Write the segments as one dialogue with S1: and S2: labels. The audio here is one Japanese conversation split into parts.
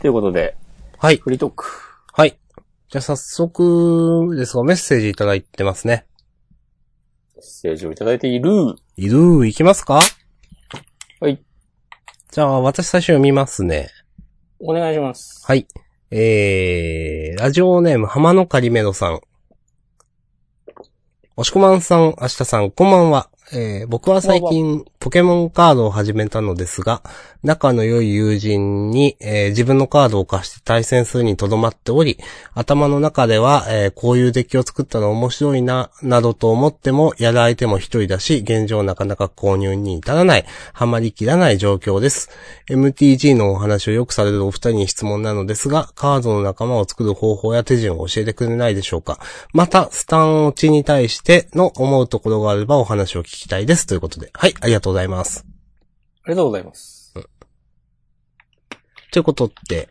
S1: ということで、
S2: はい。
S1: フリートーク。
S2: はい。じゃあ早速ですが、メッセージいただいてますね。
S1: メッセージをいただいている。
S2: いるー、いきますか
S1: はい。
S2: じゃあ私最初読みますね。
S1: お願いします。
S2: はい。えー、ラジオネーム、浜野仮メドさん。おしこまんさん、明日さん、こんばんは。えー、僕は最
S1: こん
S2: 近、ポケモンカードを始めたのですが、仲の良い友人に、えー自分のカードを貸して対戦するにとどまっており、頭の中では、えーこういうデッキを作ったら面白いな、などと思っても、やる相手も一人だし、現状なかなか購入に至らない、ハマりきらない状況です。MTG のお話をよくされるお二人に質問なのですが、カードの仲間を作る方法や手順を教えてくれないでしょうかまた、スタン落ちに対しての思うところがあればお話を聞きたいです。ということで。はい、ありがとうございます。
S1: ありがとうございます。
S2: ということって、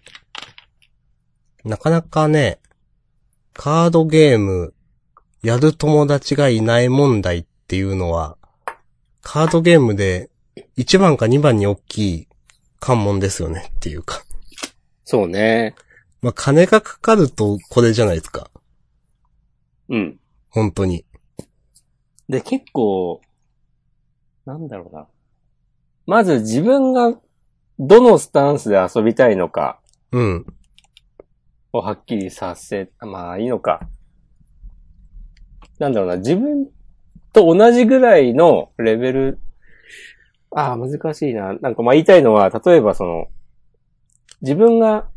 S2: なかなかね、カードゲーム、やる友達がいない問題っていうのは、カードゲームで1番か2番に大きい関門ですよねっていうか。
S1: そうね。
S2: まあ、金がかかるとこれじゃないですか。
S1: うん。
S2: 本当に。
S1: で、結構、なんだろうな。まず自分がどのスタンスで遊びたいのか
S2: うん。
S1: をはっきりさせ、まあいいのか。なんだろうな、自分と同じぐらいのレベル、ああ、難しいな。なんかまあ言いたいのは、例えばその、自分が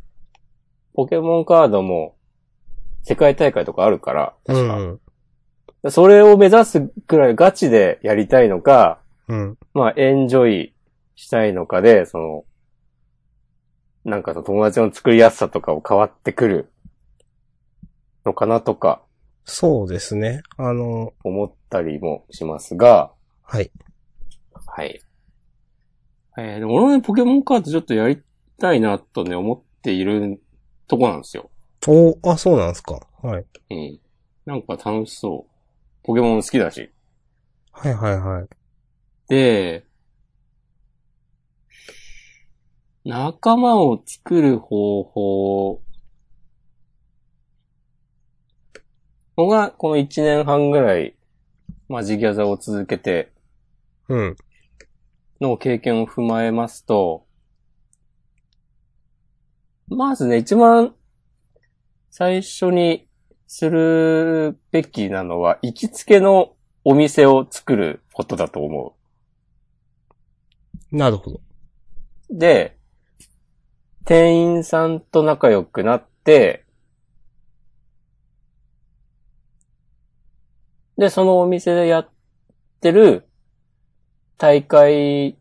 S1: ポケモンカードも世界大会とかあるから、
S2: う
S1: 確か。
S2: ん。
S1: それを目指すくらいガチでやりたいのか、
S2: うん。
S1: まあ、エンジョイしたいのかで、その、なんかその友達の作りやすさとかを変わってくるのかなとか
S2: そうですね。あの、
S1: 思ったりもしますが、
S2: はい。
S1: はい。えー、でも俺もね、ポケモンカードちょっとやりたいなとね、思っているとこなんですよ。
S2: お、あ、そうなんですか。はい。
S1: うん。なんか楽しそう。ポケモン好きだし。
S2: はいはいはい。
S1: で、仲間を作る方法のが、この1年半ぐらい、マジギャザを続けて
S2: うん。
S1: の経験を踏まえますと、まずね、一番最初にするべきなのは、行きつけのお店を作ることだと思う。
S2: なるほど。
S1: で、店員さんと仲良くなって、で、そのお店でやってる大会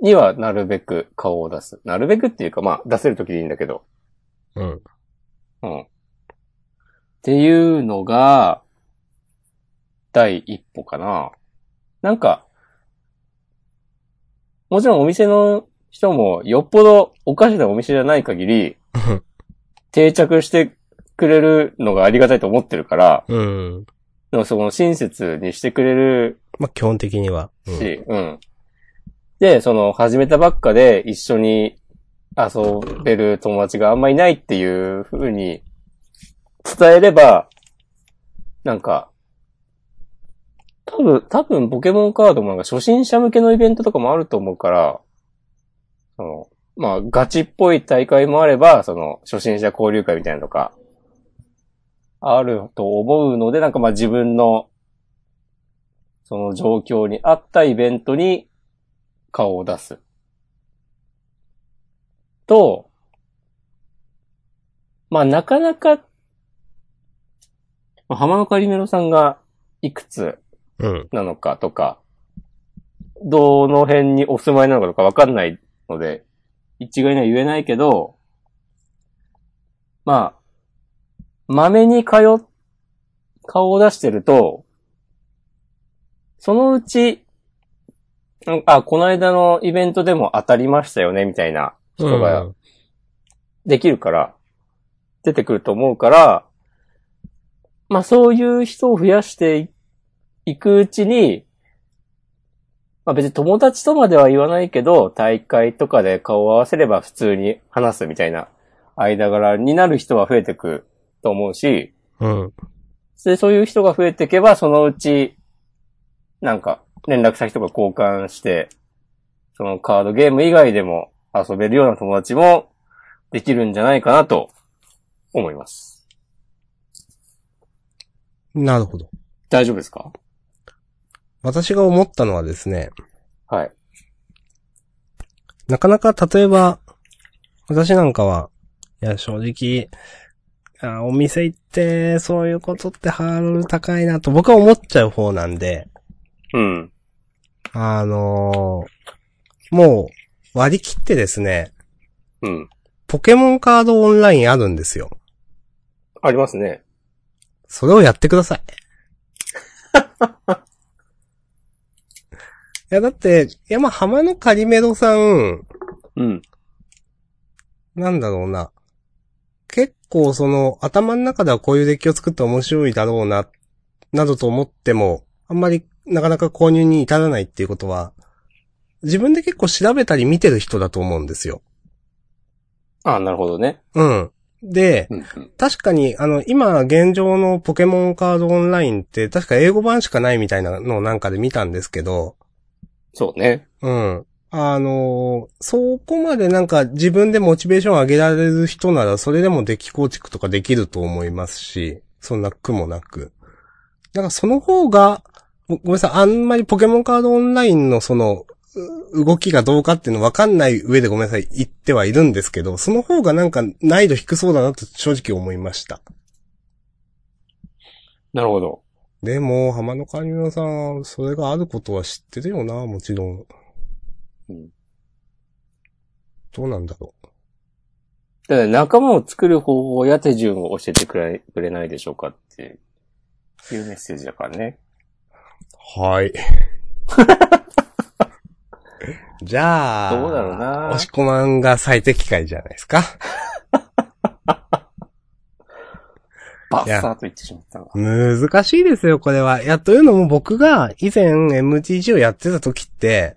S1: にはなるべく顔を出す。なるべくっていうか、まあ、出せるときでいいんだけど。
S2: うん。
S1: うん。っていうのが、第一歩かな。なんか、もちろんお店の人もよっぽどおかしなお店じゃない限り、定着してくれるのがありがたいと思ってるから、
S2: うん。
S1: でもその親切にしてくれる
S2: まあ、基本的には。うん。
S1: し、うん。で、その、始めたばっかで一緒に遊べる友達があんまいないっていう風に伝えれば、なんか、多分、多分ポケモンカードもなんか初心者向けのイベントとかもあると思うから、その、まあ、ガチっぽい大会もあれば、その、初心者交流会みたいなのとか、あると思うので、なんかまあ自分のその状況に合ったイベントに顔を出す。と、まあなかなか、まあ浜野カリメロさんがいくつ
S2: うん。
S1: なのかとか、どの辺にお住まいなのかとかわかんないので、一概には言えないけど、まあ、豆に通っ、顔を出してると、そのうち、なんかあ、この間のイベントでも当たりましたよね、みたいな人が
S2: うん
S1: できるから、出てくると思うから、まあそういう人を増やしていいくうちに、まあ別に友達とまでは言わないけど、大会とかで顔を合わせれば普通に話すみたいな間柄になる人は増えてくと思うし、
S2: うん。
S1: で、そういう人が増えていけば、そのうち、なんか、連絡先とか交換して、そのカードゲーム以外でも遊べるような友達もできるんじゃないかなと思います。
S2: なるほど。
S1: 大丈夫ですか
S2: 私が思ったのはですね、
S1: はい。
S2: なかなか例えば、私なんかは、いや、正直、あお店行って、そういうことってハードル高いなと僕は思っちゃう方なんで、
S1: うん。
S2: あのーもう割り切ってですね、
S1: うん。
S2: ポケモンカードオンラインあるんですよ。
S1: ありますね。
S2: それをやってください。 いや、だって、いや、まあ、浜のカリメロさん、
S1: うん。
S2: なんだろうな。結構その、頭の中ではこういうデッキを作って面白いだろうな、などと思っても、あんまりなかなか購入に至らないっていうことは、自分で結構調べたり見てる人だと思うんですよ。
S1: あなるほどね。
S2: うん。で、
S1: うん、うん。
S2: 確かに、あの、今、現状のポケモンカードオンラインって、確か英語版しかないみたいなのをなんかで見たんですけど、
S1: そうね。
S2: うん。あのーそこまでなんか自分でモチベーション上げられる人なら、それでもデッキ構築とかできると思いますし、そんな苦もなく。だからその方が、ごごめんなさい、あんまりポケモンカードオンラインのその、う動きがどうかっていうの分かんない上でごめんなさい、言ってはいるんですけど、その方がなんか難易度低そうだなと正直思いました。
S1: なるほど。
S2: でも、浜野官僚さん、それがあることは知ってるよな、もちろん。
S1: うん
S2: どうなんだろ
S1: ただ仲間を作る方法や手順を教えてくれくれないでしょうかっていうメッセージだからね。
S2: う。はい。 じゃあ、
S1: どうだろうな
S2: 押し込まんが最適解じゃないですか。
S1: バッサーと言ってしまったな。
S2: 難しいですよ、これは。いや、というのも僕が以前 MTG をやってた時って、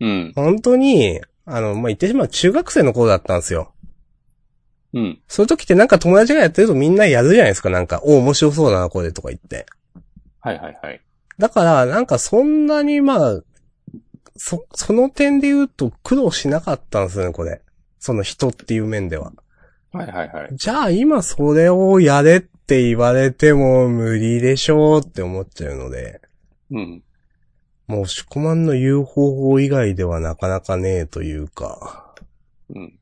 S1: うん。
S2: 本当に、あの、まあ、言ってしまう中学生の頃だったんですよ。
S1: うん。
S2: そういう時ってなんか友達がやってるとみんなやるじゃないですか、なんか。お、面白そうだな、これとか言って。
S1: はいはいはい。
S2: だから、なんかそんなにまあ、そ、その点で言うと苦労しなかったんですよね、これ。その人っていう面では。
S1: はいはいはい。
S2: じゃあ今それをやれって言われても無理でしょうって思っちゃうので、
S1: うん。
S2: もう押し込まんの言う方法以外ではなかなかねえというか。
S1: うん。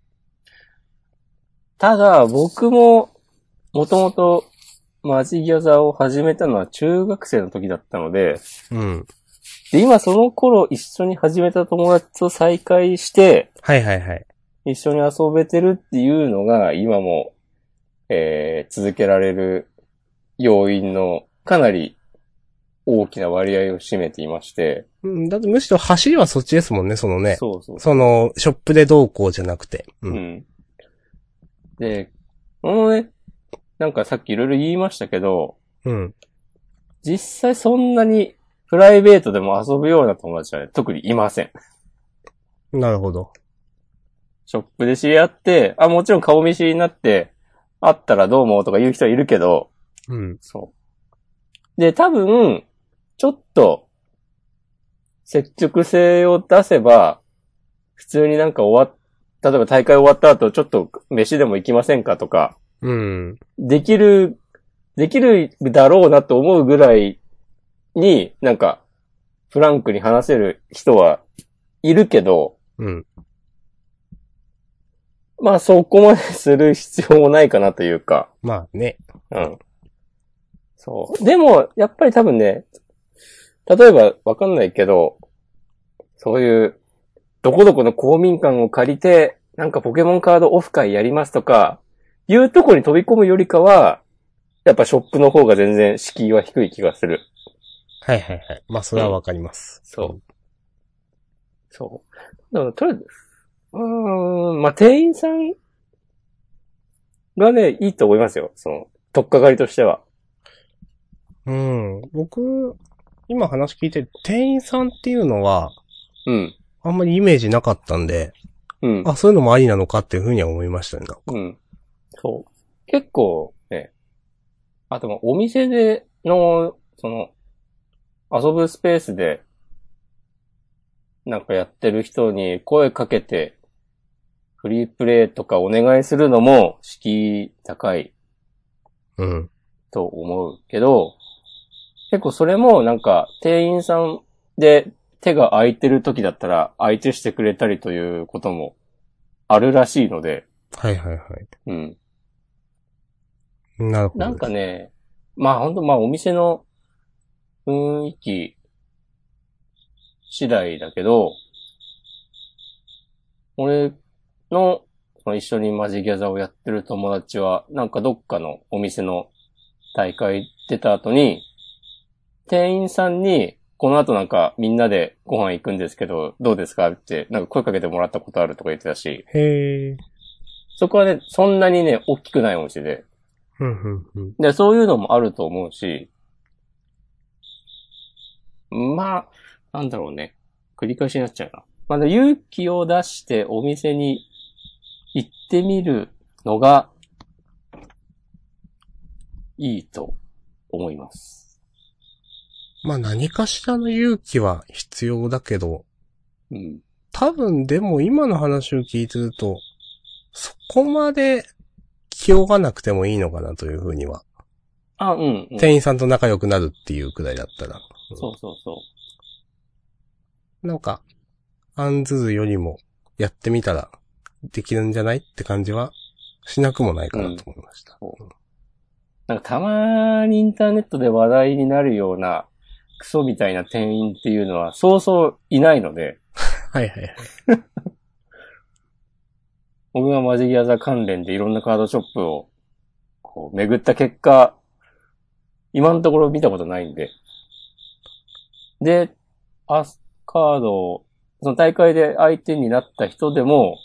S1: ただ、僕も、もともと、マジギャザーを始めたのは中学生の時だったので、
S2: うん。
S1: で、今その頃一緒に始めた友達と再会して、
S2: はいはいはい。
S1: 一緒に遊べてるっていうのが、今も、えー、続けられる要因のかなり大きな割合を占めていまして、
S2: うん、だってむしろ走りはそっちですもんね、そのね。そ
S1: そうそう
S2: の、ショップでどうこうじゃなくて。う。
S1: うんん。で、このね、なんかさっきいろいろ言いましたけど、
S2: うん。
S1: 実際そんなにプライベートでも遊ぶような友達は、ね、特にいません。
S2: なるほど。
S1: ショップで知り合って、あ、もちろん顔見知りになって、会ったらどうもとか言う人はいるけど、
S2: うん。
S1: そう。で、多分、ちょっと、積極性を出せば、普通になんか終わっ、例えば大会終わった後、ちょっと飯でも行きませんかとか、
S2: うん。
S1: できる、できるだろうなと思うぐらいに、なんか、フランクに話せる人はいるけど、
S2: うん。
S1: まあそこまでする必要もないかなというか、
S2: まあね。
S1: うん。そう。でも、やっぱり多分ね、例えばわかんないけど、そういう、どこどこの公民館を借りて、なんかポケモンカードオフ会やりますとか、いうとこに飛び込むよりかは、やっぱショップの方が全然敷居は低い気がする。
S2: はいはいはい。まあ、それはわかります。
S1: そう。そう。だから、とりあえず、うーん、まあ、店員さんがね、いいと思いますよ。その、とっかかりとしては。
S2: うん。僕、今話聞いて、店員さんっていうのは、
S1: うん。
S2: あんまりイメージなかったんで、
S1: うん。
S2: あ、そういうのもありなのかっていうふうには思いましたね。
S1: うん。そう。結構ね、あ、でもお店での、その、遊ぶスペースで、なんかやってる人に声かけて、フリープレイとかお願いするのも敷居高い
S2: うん。
S1: と思うけど、結構それもなんか店員さんで手が空いてる時だったら相手してくれたりということもあるらしいので、
S2: はいはいはい。
S1: うん。
S2: なるほど。
S1: なんかね、まあ本当まあお店の雰囲気次第だけど、俺のその一緒にマジギャザーをやってる友達は、なんかどっかのお店の大会出た後に、店員さんに、この後なんかみんなでご飯行くんですけど、どうですかって、なんか声かけてもらったことあるとか言ってたし、
S2: へえ。
S1: そこはね、そんなにね、大きくないお店で、
S2: ふんふんふん。
S1: で、そういうのもあると思うし、まあ、なんだろうね。繰り返しになっちゃうな。まあ、で勇気を出してお店に行ってみるのが、いいと思います。
S2: まあ何かしらの勇気は必要だけど、
S1: うん。
S2: 多分でも今の話を聞いてると、そこまで気負わなくてもいいのかなというふうには。
S1: あ、うん、うん。
S2: 店員さんと仲良くなるっていうくらいだったら。
S1: そうそうそ
S2: なんか、アンズズよりもやってみたらできるんじゃないって感じはしなくもないかなと思いました。
S1: う。なんかたまにインターネットで話題になるようなクソみたいな店員っていうのはそうそういないので、
S2: はいはいはい。
S1: 僕がマジギアザ関連でいろんなカードショップをこう巡った結果、今のところ見たことないんで。で、パスカードを、その大会で相手になった人でも、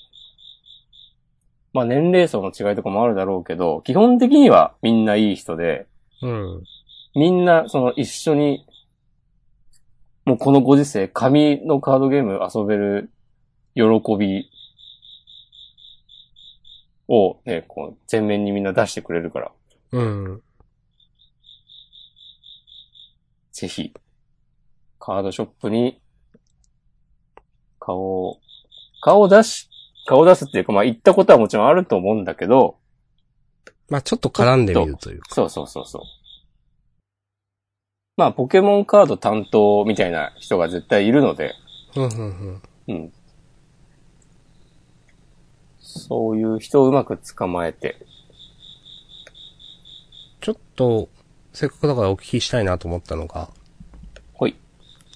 S1: まあ年齢層の違いとかもあるだろうけど、基本的にはみんないい人で、
S2: うん。
S1: みんなその一緒に、もうこのご時世、紙のカードゲーム遊べる喜びをね、こう、全面にみんな出してくれるから、
S2: うん。
S1: ぜひ、カードショップに、顔を、顔を出し、顔を出すっていうか、まあ、行ったことはもちろんあると思うんだけど、
S2: まあちょっと絡んでみるというか。
S1: そうそうそうそう。まあ、ポケモンカード担当みたいな人が絶対いるので、
S2: うんうんうん。
S1: うん。そういう人をうまく捕まえて。
S2: ちょっと、せっかくだからお聞きしたいなと思ったのが、
S1: ほい。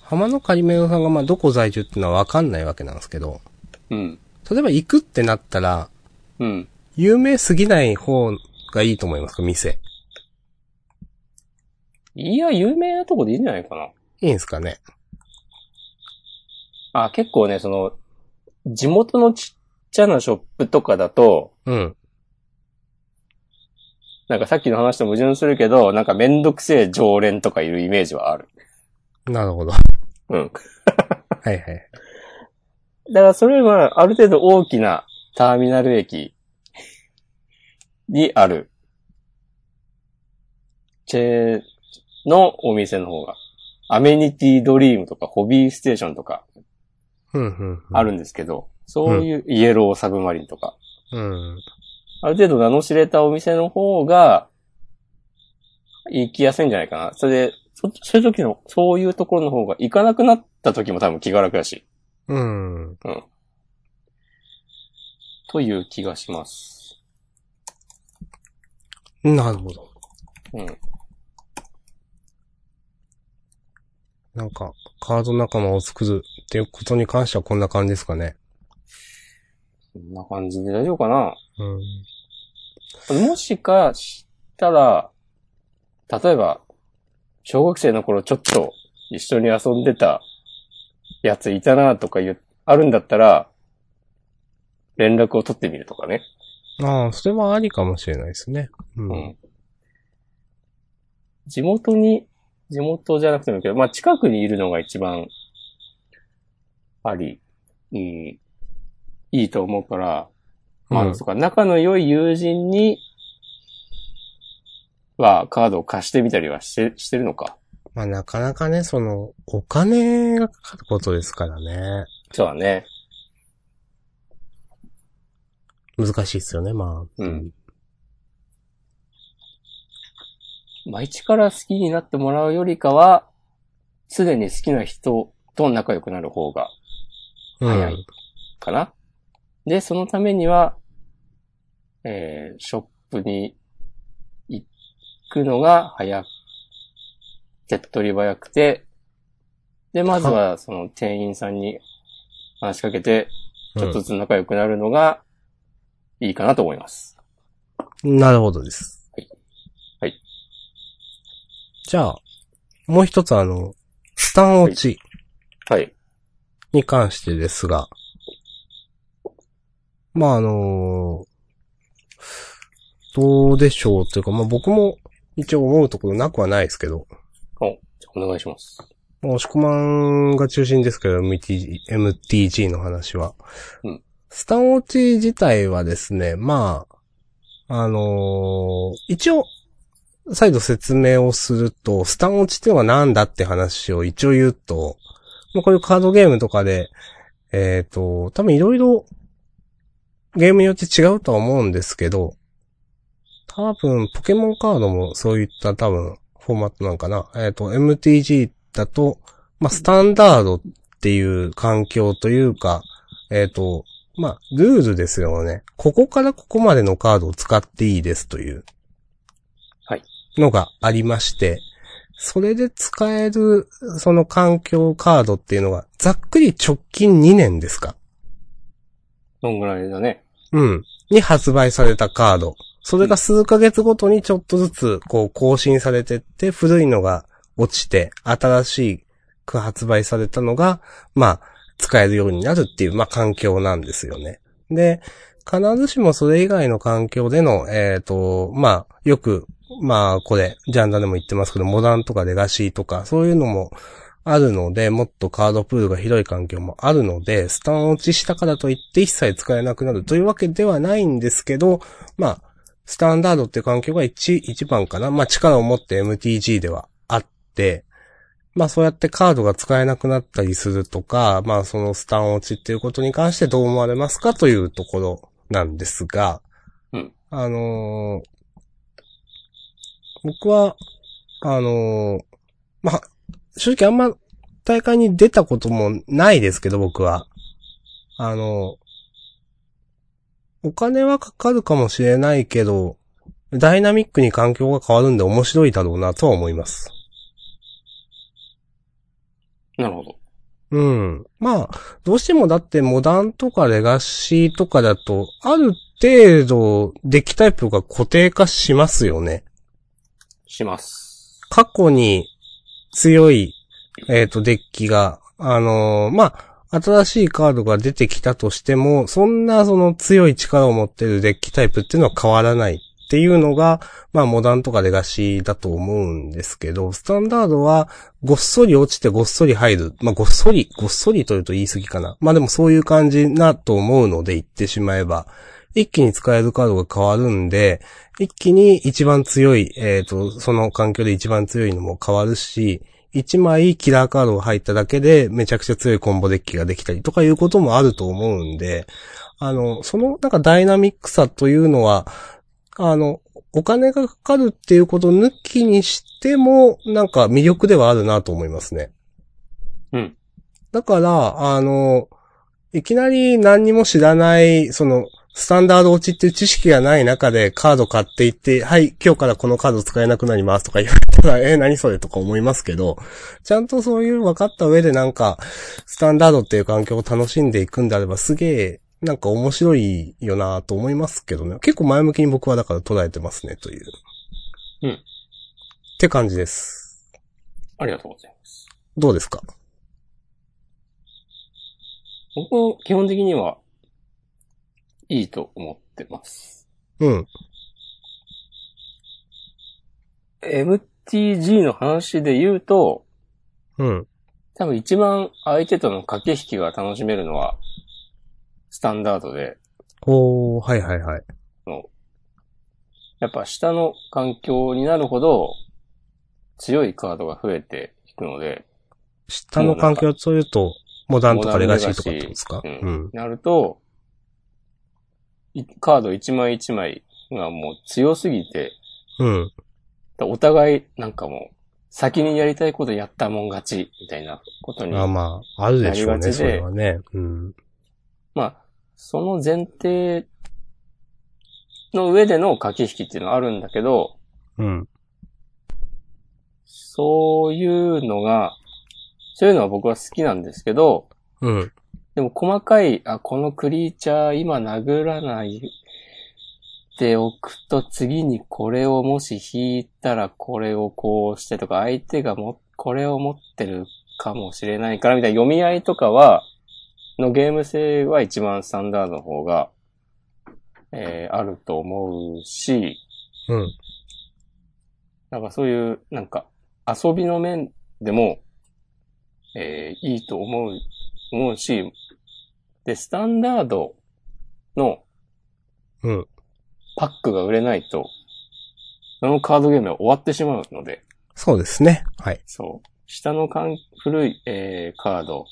S2: 浜野カリメロさんがまあどこ在住ってのはわかんないわけなんですけど、
S1: うん。
S2: 例えば行くってなったら、
S1: うん。
S2: 有名すぎない方がいいと思いますか店。
S1: いや、有名なとこでいいんじゃないかな。
S2: いいんですかね
S1: あ、結構ね、その、地元のちっちゃなショップとかだと、
S2: うん。
S1: なんかさっきの話と矛盾するけど、なんかめんどくせえ常連とかいるイメージはある。
S2: なるほど。
S1: うん。
S2: はいはい。
S1: だからそれは、ある程度大きなターミナル駅にある、チェーンのお店の方が、アメニティドリームとかホビーステーションとか
S2: うんうん、うん。
S1: あるんですけど、そういうイエローサブマリンとか、
S2: うん。
S1: ある程度名の知れたお店の方が、行きやすいんじゃないかな。それで、そ、そういう時の、そういうところの方が行かなくなった時も多分気が楽だし、
S2: うん。
S1: という気がします。
S2: なるほど。
S1: うん。
S2: なんか、カード仲間を作るっていうことに関してはこんな感じですかね。
S1: こんな感じで大丈夫かな
S2: うん。
S1: もしかしたら、例えば、小学生の頃ちょっと一緒に遊んでたやついたなとかいう、あるんだったら、連絡を取ってみるとかね。
S2: ああ、それはありかもしれないですね。うん。
S1: うん地元に、地元じゃなくてもいいけど、まあ近くにいるのが一番、あり、うん、いいと思うから、ま
S2: う
S1: あ、
S2: ん
S1: そうか、仲の良い友人にはカードを貸してみたりはして、してるのか。
S2: まあなかなかね、その、お金がかかることですからね。
S1: そうだね。
S2: 難しいですよね、まあ。
S1: うん。まあ、一から好きになってもらうよりかは、すでに好きな人と仲良くなる方が
S2: うん。
S1: 早いかな。で、そのためには、えー、ショップに行くのが早く、手っ取り早くて、で、まずはその店員さんに話しかけて、ちょっとずつ仲良くなるのがいいかなと思います。
S2: うんなるほどです。
S1: はい。はい。
S2: じゃあ、もう一つあの、スタン落ち
S1: はい。
S2: に関してですが。まああのどうでしょうというか、まあ僕も一応思うところなくはないですけど。
S1: お、じゃあお願いします。
S2: まあ押し込まんが中心ですけど、MTG, MTG の話は。
S1: うん
S2: スタン落ち自体はですね、まあ、あのー一応、再度説明をすると、スタン落ちってのは何だって話を一応言うと、まあ、こういうカードゲームとかで、えっ、と、多分いろいろ、ゲームによって違うとは思うんですけど、多分、ポケモンカードもそういった多分、フォーマットなんかな。えっ、と、MTG だと、まあ、スタンダードっていう環境というか、えっ、と、まあ、ルールですよね。ここからここまでのカードを使っていいですという。
S1: はい。
S2: のがありまして、それで使える、その環境カードっていうのが、ざっくり直近2年ですか
S1: どんぐらいだね。
S2: うん。に発売されたカード。それが数ヶ月ごとにちょっとずつ、こう、更新されてって、古いのが落ちて、新しく発売されたのが、まあ、使えるようになるっていう、まあ、環境なんですよね。で、必ずしもそれ以外の環境での、えっ、と、まあ、よく、まあ、これ、ジャンダでも言ってますけど、モダンとかレガシーとか、そういうのもあるので、もっとカードプールが広い環境もあるので、スタン落ちしたからといって一切使えなくなるというわけではないんですけど、まあ、スタンダードっていう環境が一、一番かな。まあ、力を持って MTG ではあって、まあそうやってカードが使えなくなったりするとか、まあそのスタン落ちっていうことに関してどう思われますかというところなんですが、
S1: うん
S2: あのー僕は、あのーまあ、正直あんま大会に出たこともないですけど、僕は。あの、お金はかかるかもしれないけど、ダイナミックに環境が変わるんで面白いだろうなとは思います。
S1: なるほど。
S2: うん。まあ、どうしてもだってモダンとかレガシーとかだと、ある程度、デッキタイプが固定化しますよね。
S1: します。
S2: 過去に強い、えっ、と、デッキが、あのーまあ、新しいカードが出てきたとしても、そんなその強い力を持ってるデッキタイプっていうのは変わらないっていうのが、まあ、モダンとかレガシーだと思うんですけど、スタンダードはごっそり落ちてごっそり入る。まあ、ごっそり、ごっそりというと言い過ぎかな。まあ、でもそういう感じなと思うので言ってしまえば、一気に使えるカードが変わるんで、一気に一番強い、えっ、と、その環境で一番強いのも変わるし、一枚キラーカードが入っただけでめちゃくちゃ強いコンボデッキができたりとかいうこともあると思うんで、あの、そのなんかダイナミックさというのは、あの、お金がかかるっていうことを抜きにしても、なんか魅力ではあるなと思いますね。
S1: うん。
S2: だから、あの、いきなり何にも知らない、その、スタンダード落ちっていう知識がない中でカード買っていって、はい、今日からこのカード使えなくなりますとか言われたら、えー、何それとか思いますけど、ちゃんとそういう分かった上でなんか、スタンダードっていう環境を楽しんでいくんであれば、すげえ、なんか面白いよなと思いますけどね。結構前向きに僕はだから捉えてますね、という。
S1: うん
S2: って感じです。
S1: ありがとうございます。
S2: どうですか
S1: 僕も基本的には、いいと思ってます。
S2: うん。
S1: MTG の話で言うと、
S2: うん。
S1: 多分一番相手との駆け引きが楽しめるのは、スタンダードで、
S2: おー、はいはいはい。
S1: そのやっぱ下の環境になるほど強いカードが増えていくので、
S2: 下の環境というと、モダンとかレガシーとかってことですか
S1: う
S2: うんん。
S1: なると、いカード一枚一枚がもう強すぎて、
S2: うん。
S1: お互いなんかもう先にやりたいことやったもん勝ちみたいなことに、
S2: あまあ、あるでしょ
S1: なりが
S2: うね、
S1: ちで
S2: それはね。うん。
S1: まあ、その前提の上での駆け引きっていうのはあるんだけど、
S2: うん。
S1: そういうのが、そういうのは僕は好きなんですけど、
S2: うん。
S1: でも細かい、あ、このクリーチャー今殴らないでおくと次にこれをもし引いたらこれをこうしてとか、相手がも、これを持ってるかもしれないからみたいな読み合いとかは、のゲーム性は一番スタンダードの方が、えーあると思うし、
S2: うん。
S1: なんかそういう、なんか、遊びの面でも、えーいいと思う、思うし、で、スタンダードの
S2: うん。
S1: パックが売れないと、そのカードゲームは終わってしまうので、
S2: そうですね。はい。
S1: そう。下のかん古い、えーカード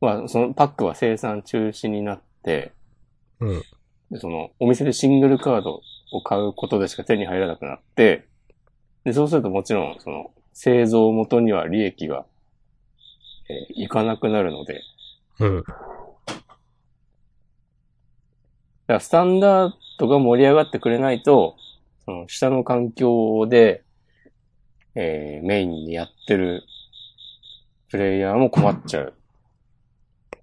S1: は、そのパックは生産中止になって、
S2: うん。
S1: で、その、お店でシングルカードを買うことでしか手に入らなくなって、で、そうするともちろん、その、製造元には利益が、えーいかなくなるので、だ
S2: うん。
S1: からスタンダードが盛り上がってくれないと、その、下の環境で、えーメインにやってる、プレイヤーも困っちゃう。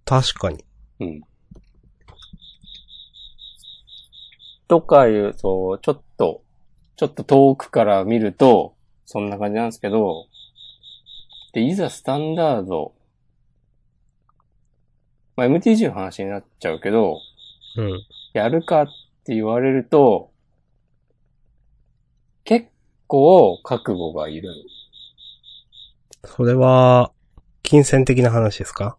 S2: 確かに。
S1: うん。とかいうと、ちょっと、ちょっと遠くから見ると、そんな感じなんですけど、で、いざスタンダード、まあ、MTG の話になっちゃうけど、
S2: うん。
S1: やるかって言われると、結構覚悟がいるん
S2: それは、金銭的な話ですか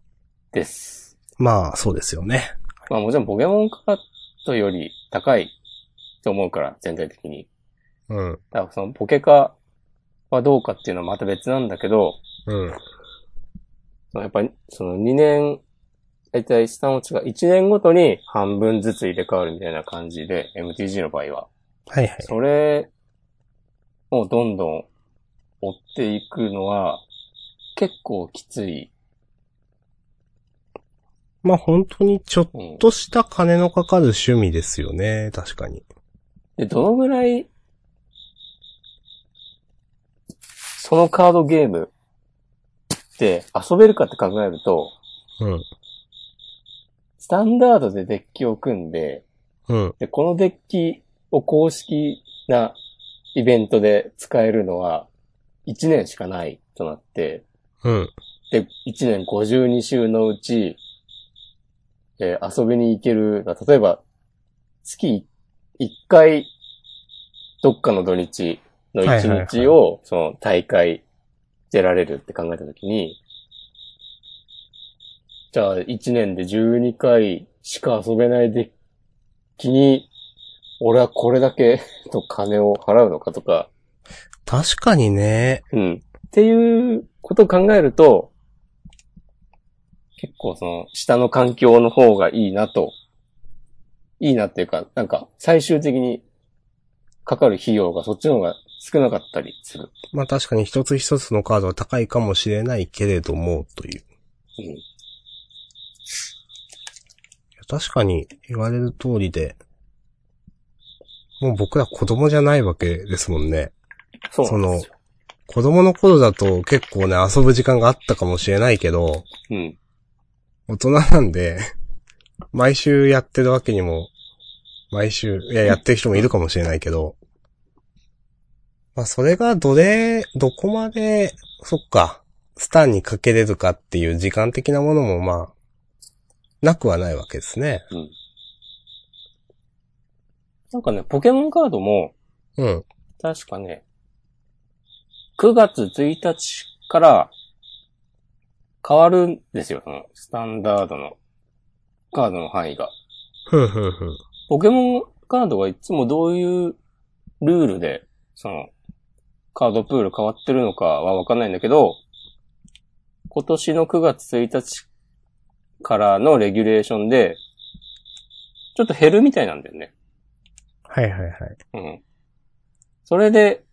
S1: です。
S2: まあ、そうですよね。
S1: まあもちろんポケモンカードより高いと思うから、全体的に。
S2: うん。
S1: だからそのポケカはどうかっていうのはまた別なんだけど、
S2: うん。
S1: そのやっぱりその2年、大体下の値が1年ごとに半分ずつ入れ替わるみたいな感じで、MTG の場合は。
S2: はいはい。
S1: それをどんどん追っていくのは結構きつい。
S2: まあ、本当にちょっ
S1: うん
S2: とした金のかかる趣味ですよね。確かに。
S1: で、どのぐらい、そのカードゲームって遊べるかって考えると、
S2: うん。
S1: スタンダードでデッキを組んで、
S2: うん。
S1: で、このデッキを公式なイベントで使えるのは1年しかないとなって、
S2: うん。
S1: で、1年52週のうち、えー遊びに行ける、まあ例えば、月1回、どっかの土日の
S2: はいはいは
S1: 1
S2: い
S1: 日を、その大会出られるって考えたときに、じゃあ1年で12回しか遊べないデッキに、俺はこれだけの金を払うのかとか、
S2: 確かにね。
S1: うん。っていうことを考えると、結構その、下の環境の方がいいなと、いいなっていうか、なんか、最終的にかかる費用がそっちの方が少なかったりする。
S2: まあ確かに一つ一つのカードは高いかもしれないけれども、という。
S1: うん。
S2: 確かに言われる通りで、もう僕ら子供じゃないわけですもんね。
S1: そうなんですよ。
S2: 子供の頃だと結構ね、遊ぶ時間があったかもしれないけど、
S1: うん。
S2: 大人なんで、 毎週やってるわけにも、毎週、いや、やってる人もいるかもしれないけど、まあ、それがどれ、どこまで、そっか、スターにかけれるかっていう時間的なものも、まあ、なくはないわけですね。
S1: うん。なんかね、ポケモンカードも、
S2: うん。
S1: 確かね、9月1日から変わるんですよ、その、スタンダードの、カードの範囲が。
S2: ふんふんふん。
S1: ポケモンカードはいつもどういうルールで、その、カードプール変わってるのかはわかんないんだけど、今年の9月1日からのレギュレーションで、ちょっと減るみたいなんだよね。
S2: はいはいはい。
S1: うん。それで、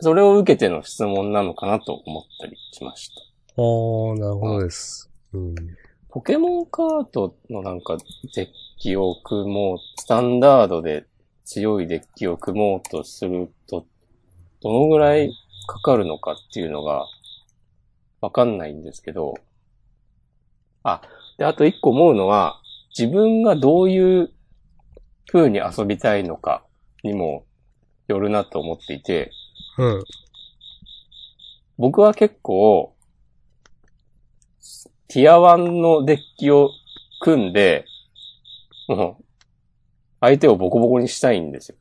S1: それを受けての質問なのかなと思ったりしました。
S2: おー、なるほどです。うん。
S1: ポケモンカードのなんかデッキを組もう、スタンダードで強いデッキを組もうとすると、どのぐらいかかるのかっていうのがわかんないんですけど、あ、で、あと一個思うのは、自分がどういう風に遊びたいのかにもよるなと思っていて、
S2: うん。
S1: 僕は結構、ティア1のデッキを組んで、もう、相手をボコボコにしたいんですよ。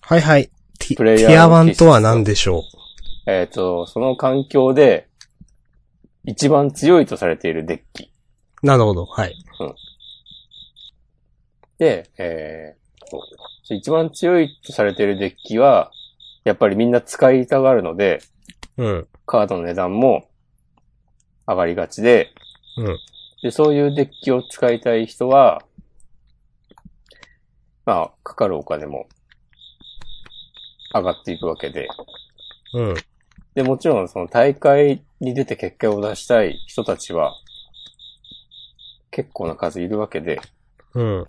S2: はいはい。ティ
S1: プレイ
S2: テ
S1: ヤーの
S2: ィア1とは何でしょ
S1: えっ、と、その環境で、一番強いとされているデッキ。
S2: うなるほど。はい。
S1: で、えーそうそう一番強いとされているデッキは、やっぱりみんな使いたがるので、
S2: うん。
S1: カードの値段も上がりがちで、
S2: うん
S1: で、そういうデッキを使いたい人は、まあ、かかるお金も上がっていくわけで、
S2: うん。
S1: で、もちろんその大会に出て結果を出したい人たちは、結構な数いるわけで、
S2: うん。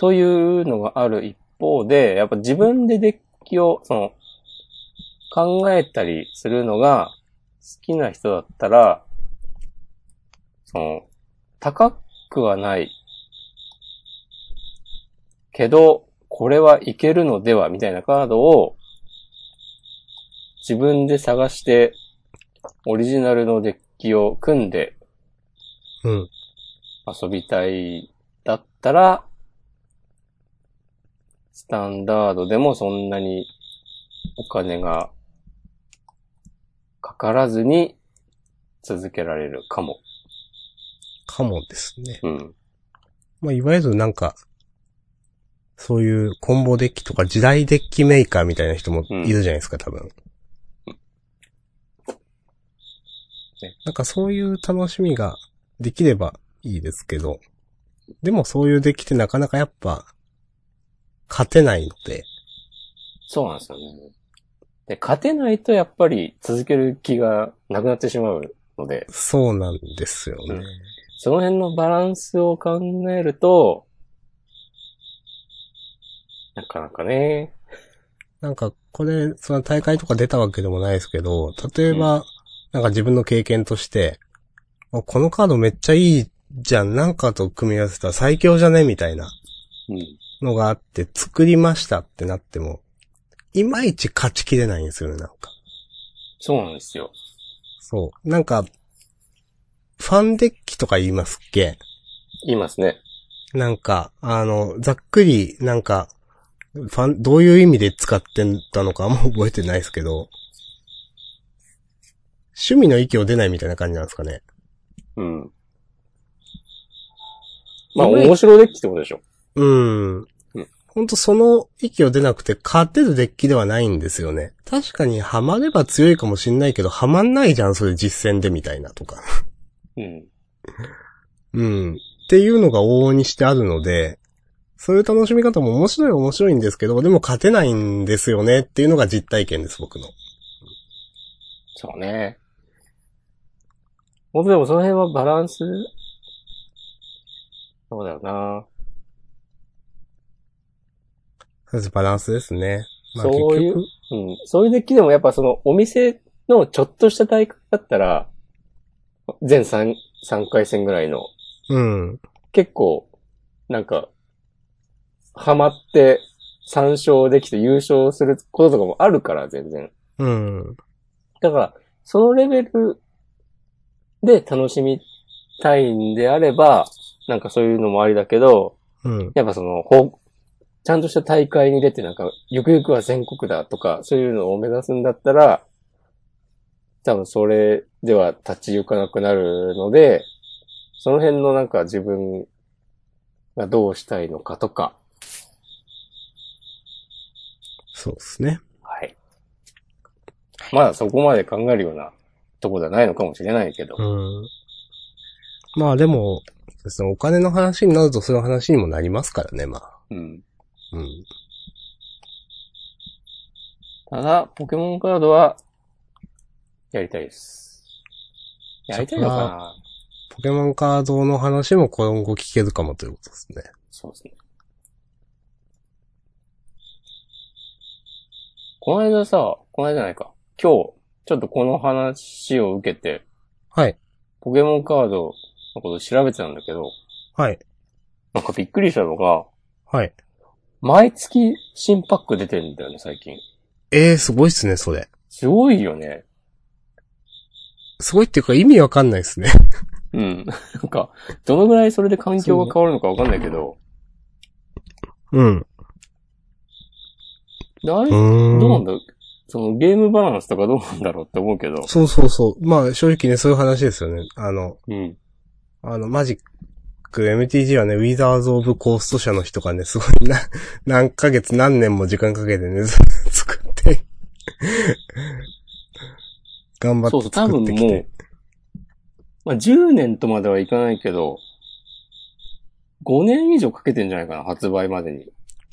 S1: というのがある一方で、やっぱ自分でデッキを、その、考えたりするのが好きな人だったら、その、高くはない。けど、これはいけるのでは、みたいなカードを、自分で探して、オリジナルのデッキを組んで
S2: うん。
S1: 遊びたいだったら、スタンダードでもそんなにお金がかからずに続けられるかも。
S2: かもですね。
S1: うん。
S2: まあ、いわゆるなんか、そういうコンボデッキとか時代デッキメーカーみたいな人もいるじゃないですか、多分。なんかそういう楽しみができればいいですけど、でもそういうデッキってなかなかやっぱ、勝てないので、
S1: そうなんですよね。で、勝てないとやっぱり続ける気がなくなってしまうので、
S2: そうなんですよね。
S1: その辺のバランスを考えると、なかなかね。
S2: なんか、これ、その大会とか出たわけでもないですけど、例えば、なんか自分の経験として、あこのカードめっちゃいいじゃん、なんかと組み合わせたら最強じゃねみたいな
S1: うん。
S2: のがあって、作りましたってなっても、いまいち勝ちきれないんですよね、なんか。
S1: そうなんですよ。
S2: そう。なんか、ファンデッキとか言いますっけ
S1: 言いますね。
S2: なんか、あの、ざっくり、なんか、ファン、どういう意味で使ってたのかあんま 覚えてないですけど、趣味の域を出ないみたいな感じなんですかね。
S1: うん。まあ、
S2: うまい
S1: 面白デッキってことでしょ。
S2: うん
S1: うん。
S2: ほんとその域を出なくて勝てるデッキではないんですよね。確かにハマれば強いかもしんないけど、ハマんないじゃん、それ実践でみたいなとか。
S1: うん。
S2: うん。っていうのが往々にしてあるので、そういう楽しみ方も面白いは面白いんですけど、でも勝てないんですよねっていうのが実体験です、僕の。
S1: そうね。僕でもその辺はバランスそうだよな。
S2: そうです、バランスですね。
S1: そういううん。そういうデッキでもやっぱそのお店のちょっとした大会だったら、全 3, 3回戦ぐらいの
S2: 結局うん。
S1: 結構、なんか、ハマって3勝できて優勝することとかもあるから全然。
S2: うん。
S1: だから、そのレベルで楽しみたいんであれば、なんかそういうのもありだけど、
S2: うん。
S1: やっぱその、ほちゃんとした大会に出てなんか、ゆくゆくは全国だとか、そういうのを目指すんだったら、多分それでは立ち行かなくなるので、その辺のなんか自分がどうしたいのかとか、
S2: そうですね。
S1: はい。まだそこまで考えるようなとこではないのかもしれないけど、
S2: うん。まあでも、そうですね、お金の話になるとそういう話にもなりますからね、まあ。
S1: うん。
S2: うん。
S1: ただ、ポケモンカードは、やりたいです。やりたいのか
S2: そっ
S1: な
S2: ポケモンカードの話も今後聞けるかもということですね。
S1: そうですね。この間さ、この間じゃないか。今日、ちょっとこの話を受けて、
S2: はい。
S1: ポケモンカードのこと調べてたんだけど、
S2: はい。
S1: なんかびっくりしたのが、
S2: はい。
S1: 毎月新パック出てるんだよね、最近。
S2: ええー、すごいっすね、それ。
S1: すごいよね。
S2: すごいっていうか意味わかんないですね。
S1: うん。 なんか、どのぐらいそれで環境が変わるのかわかんないけど、
S2: うん。
S1: だいうどうな
S2: ー
S1: ん
S2: ん。
S1: だそのゲームバランスとかどうなんだろうって思うけど、
S2: そうそうそう。まあ正直ね、そういう話ですよね。あの、
S1: うん。
S2: あの、マジック、MTG はね、ウィザーズ・オブ・コースト社の人がね、すごいな、 何ヶ月何年も時間かけてね、 ず作って、頑張
S1: そ
S2: っ
S1: う
S2: て
S1: そう、多
S2: 作
S1: 分
S2: ってき
S1: もう
S2: て。、
S1: まあ、10年とまではいかないけど、5年以上かけてんじゃないかな、発売までに。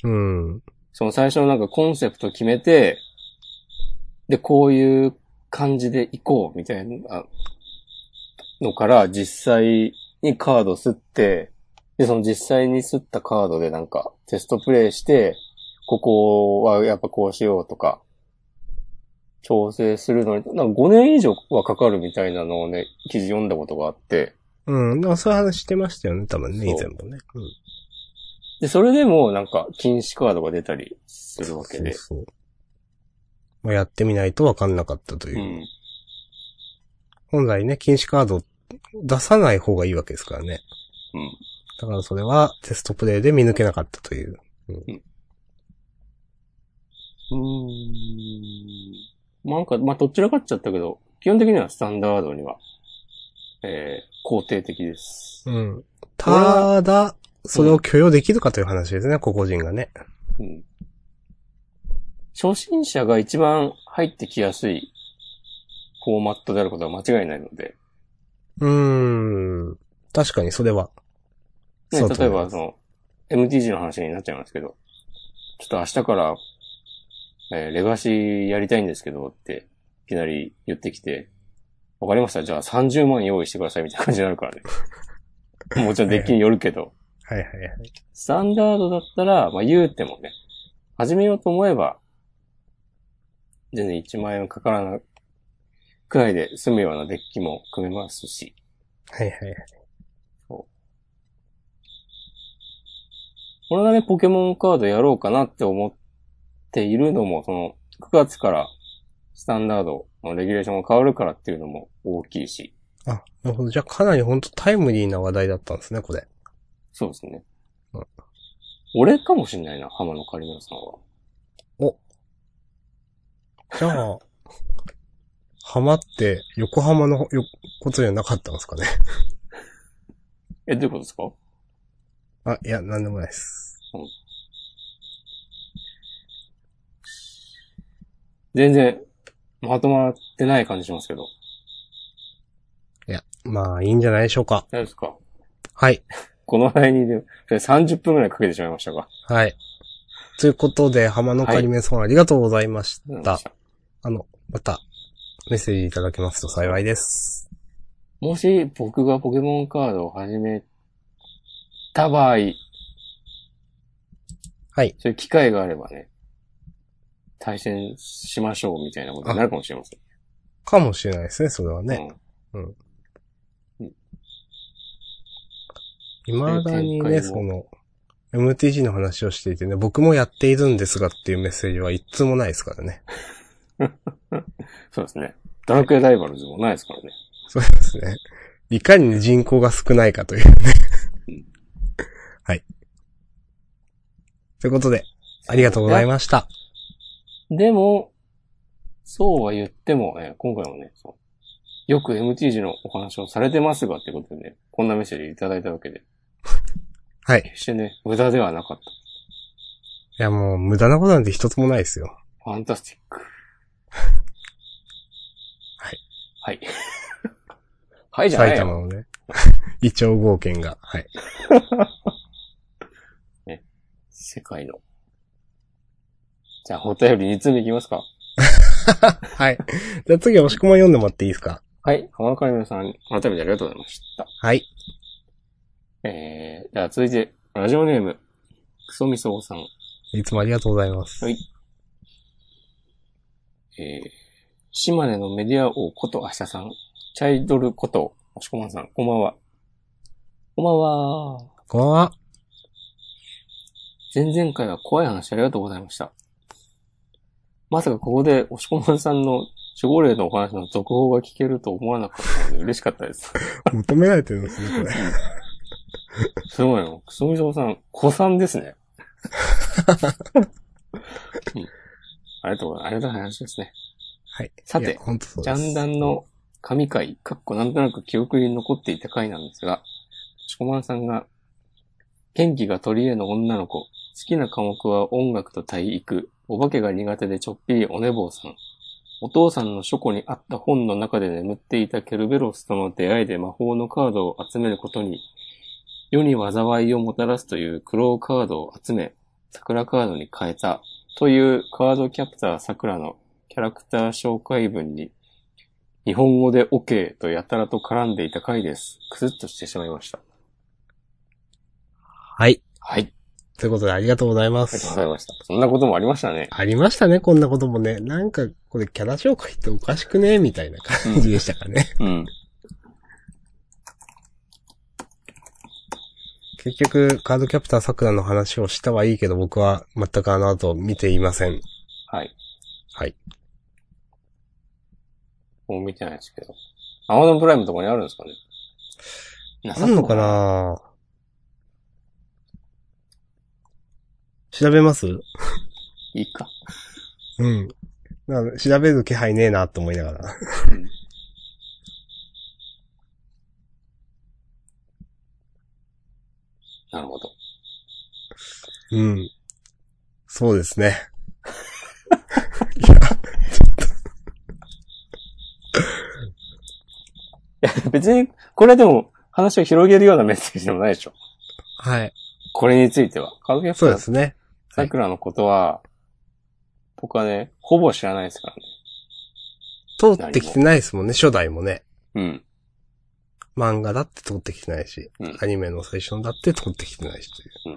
S2: うん。
S1: その最初のなんかコンセプト決めて、で、こういう感じで行こう、みたいなのから、実際にカード吸って、で、その実際に吸ったカードでなんかテストプレイして、ここはやっぱこうしようとか、調整するのに、なんか5年以上はかかるみたいなのをね、記事読んだことがあって、
S2: うん。だからそういう話してましたよね、多分ね、以
S1: そ
S2: 前
S1: う
S2: もね。
S1: で、それでもなんか禁止カードが出たりす
S2: うん。
S1: るわけで、
S2: そうそうそうまあ、やってみないとわかんなかったというう。
S1: ん。
S2: 本来ね、禁止カード出さない方がいいわけですからね。
S1: うん。
S2: だからそれはテストプレイで見抜けなかったという。
S1: うーん。なんか、まあ、どちらかっちゃったけど、基本的にはスタンダードには、えー、肯定的です。
S2: うん。ただ、それを許容できるかという話ですね、個々人がね。
S1: うん。初心者が一番入ってきやすいフォーマットであることは間違いないので、
S2: うーん。確かにそれは。
S1: ね、
S2: そうだと
S1: 例え
S2: 思いま
S1: ばその、MTG の話になっちゃいますけど、ちょっと明日から、えーレガシーやりたいんですけどって、いきなり言ってきて、わかりましたじゃあ30万用意してくださいみたいな感じになるから ね。もちろんデッキによるけど、
S2: はいはいはい。
S1: スタンダードだったら、まあ言うてもね、始めようと思えば、全然1万円かからないくらいで済むようなデッキも組めますし、
S2: はいはいはい。
S1: 俺がね、ポケモンカードやろうかなって思っているのも、その、9月からスタンダードのレギュレーションが変わるからっていうのも大きいし、
S2: あ、なるほど。じゃあかなり本当タイムリーな話題だったんですね、これ。
S1: そうですね
S2: うん。
S1: 俺かもしんないな、浜野カリナさんは。
S2: じゃあ、 浜って横浜のよことじゃなかったんですかね。
S1: え、どういうことですか
S2: あ、いや、なんでもないです。
S1: 全然、まとまってない感じしますけど。
S2: まあ、いいんじゃないでしょうか。
S1: 大丈夫ですか
S2: はい。
S1: この辺に、ね、30分くらいかけてしまいましたが。
S2: はい。ということで、浜のかりめさんありがとうございまし
S1: うん
S2: た。あの、また、メッセージいただけますと幸いです。
S1: もし僕がポケモンカードを始めた場合、はい。そういう機会があればね、対戦しましょうみたいなことになるかもしれません。
S2: かもしれないですね、それはね。未だにね、
S1: そう
S2: そ
S1: い
S2: の、MTG の話をしていてね、僕もやっているんですがっていうメッセージは一通もないですからね。
S1: そうですね。ドラクエライバルズもないですからね。
S2: そうですね。いかに人口が少ないかというね。はい。ということで、ありがとうございました。
S1: でも、そうは言っても、えー今回もね、そうよく MTG のお話をされてますがってことでね、こんなメッセージいただいたわけで。
S2: はい。
S1: 決してね、無駄ではなかっ
S2: いやもう無駄なことなんて一つもないですよ。
S1: た。ファンタスティック。
S2: はい。
S1: はい。 はいじゃな
S2: 埼
S1: い
S2: 玉
S1: よ。
S2: のね。 イチョウ合剣が。はい。
S1: 世界の。じゃあ、お便り2つ目いきますか。
S2: はい。じゃあ次、押し込ま読んでもらっていいですか
S1: はい。浜中皆さん、改めてありがとうございました。
S2: はい。
S1: えー、じゃあ続いて、ラジオネーム、クソミソウさん。
S2: いつもありがとうございます。
S1: はいえー、島根のメディア王こと明日さん、チャイドルこと、押しこまんさん、こんばんは。こんばんは。
S2: こんばんは。
S1: 前々回は怖い話ありがとうございました。まさかここで押しこまんさんの守護霊のお話の続報が聞けると思わなかったので嬉しかった です。
S2: 求められてるんですね、これ。
S1: すごいよ。クソミソウさん、子さんですね、 うんありがとうございます。ありがたい話ですね。
S2: はい。
S1: さて
S2: いやほんとそう
S1: ジャ
S2: です。
S1: ンダンの神回、かっこなんとなく記憶に残っていた回なんですが、しこまんさんが、元気が取り柄の女の子、好きな科目は音楽と体育、お化けが苦手でちょっぴりお寝坊さん、お父さんの書庫にあった本の中で眠っていたケルベロスとの出会いで魔法のカードを集めることに、世に災いをもたらすという苦労カードを集め、桜カードに変えた、というカードキャプター桜のキャラクター紹介文に日本語で OK とやたらと絡んでいた回です。くすっとしてしまいました。
S2: はい。
S1: はい。
S2: ということで、ありがとうございま
S1: ありがとうご
S2: す。
S1: ざいました。そんなこともありましたね。
S2: ありましたね、こんなこともね。なんか、これキャラ紹介っておかしくねみたいな感じでしたかね。
S1: うん。
S2: 結局、カードキャプター桜の話をしたはいいけど、僕は全くあの後見ていません。
S1: はい。
S2: はい。
S1: もう見てないですけど。アマゾンプライムとかにあるんですかねな
S2: あんのかな調べます
S1: いいか。
S2: うん。なんか調べる気配ねえなと思いながら。
S1: なるほど。
S2: うん。そうですね。
S1: 別に、これでも話を広げるようなメッセージでもないでしょ。
S2: はい。
S1: これについては。カウキャプタ
S2: そうで
S1: ー
S2: すね。
S1: 桜のことは、僕はね、ほぼ知らないですからね。
S2: 通ってきてないですもんね、初代もね。
S1: うん。
S2: 漫画だって通ってきてないし、
S1: うん
S2: アニメの最初のだって通ってきてないしという。
S1: うん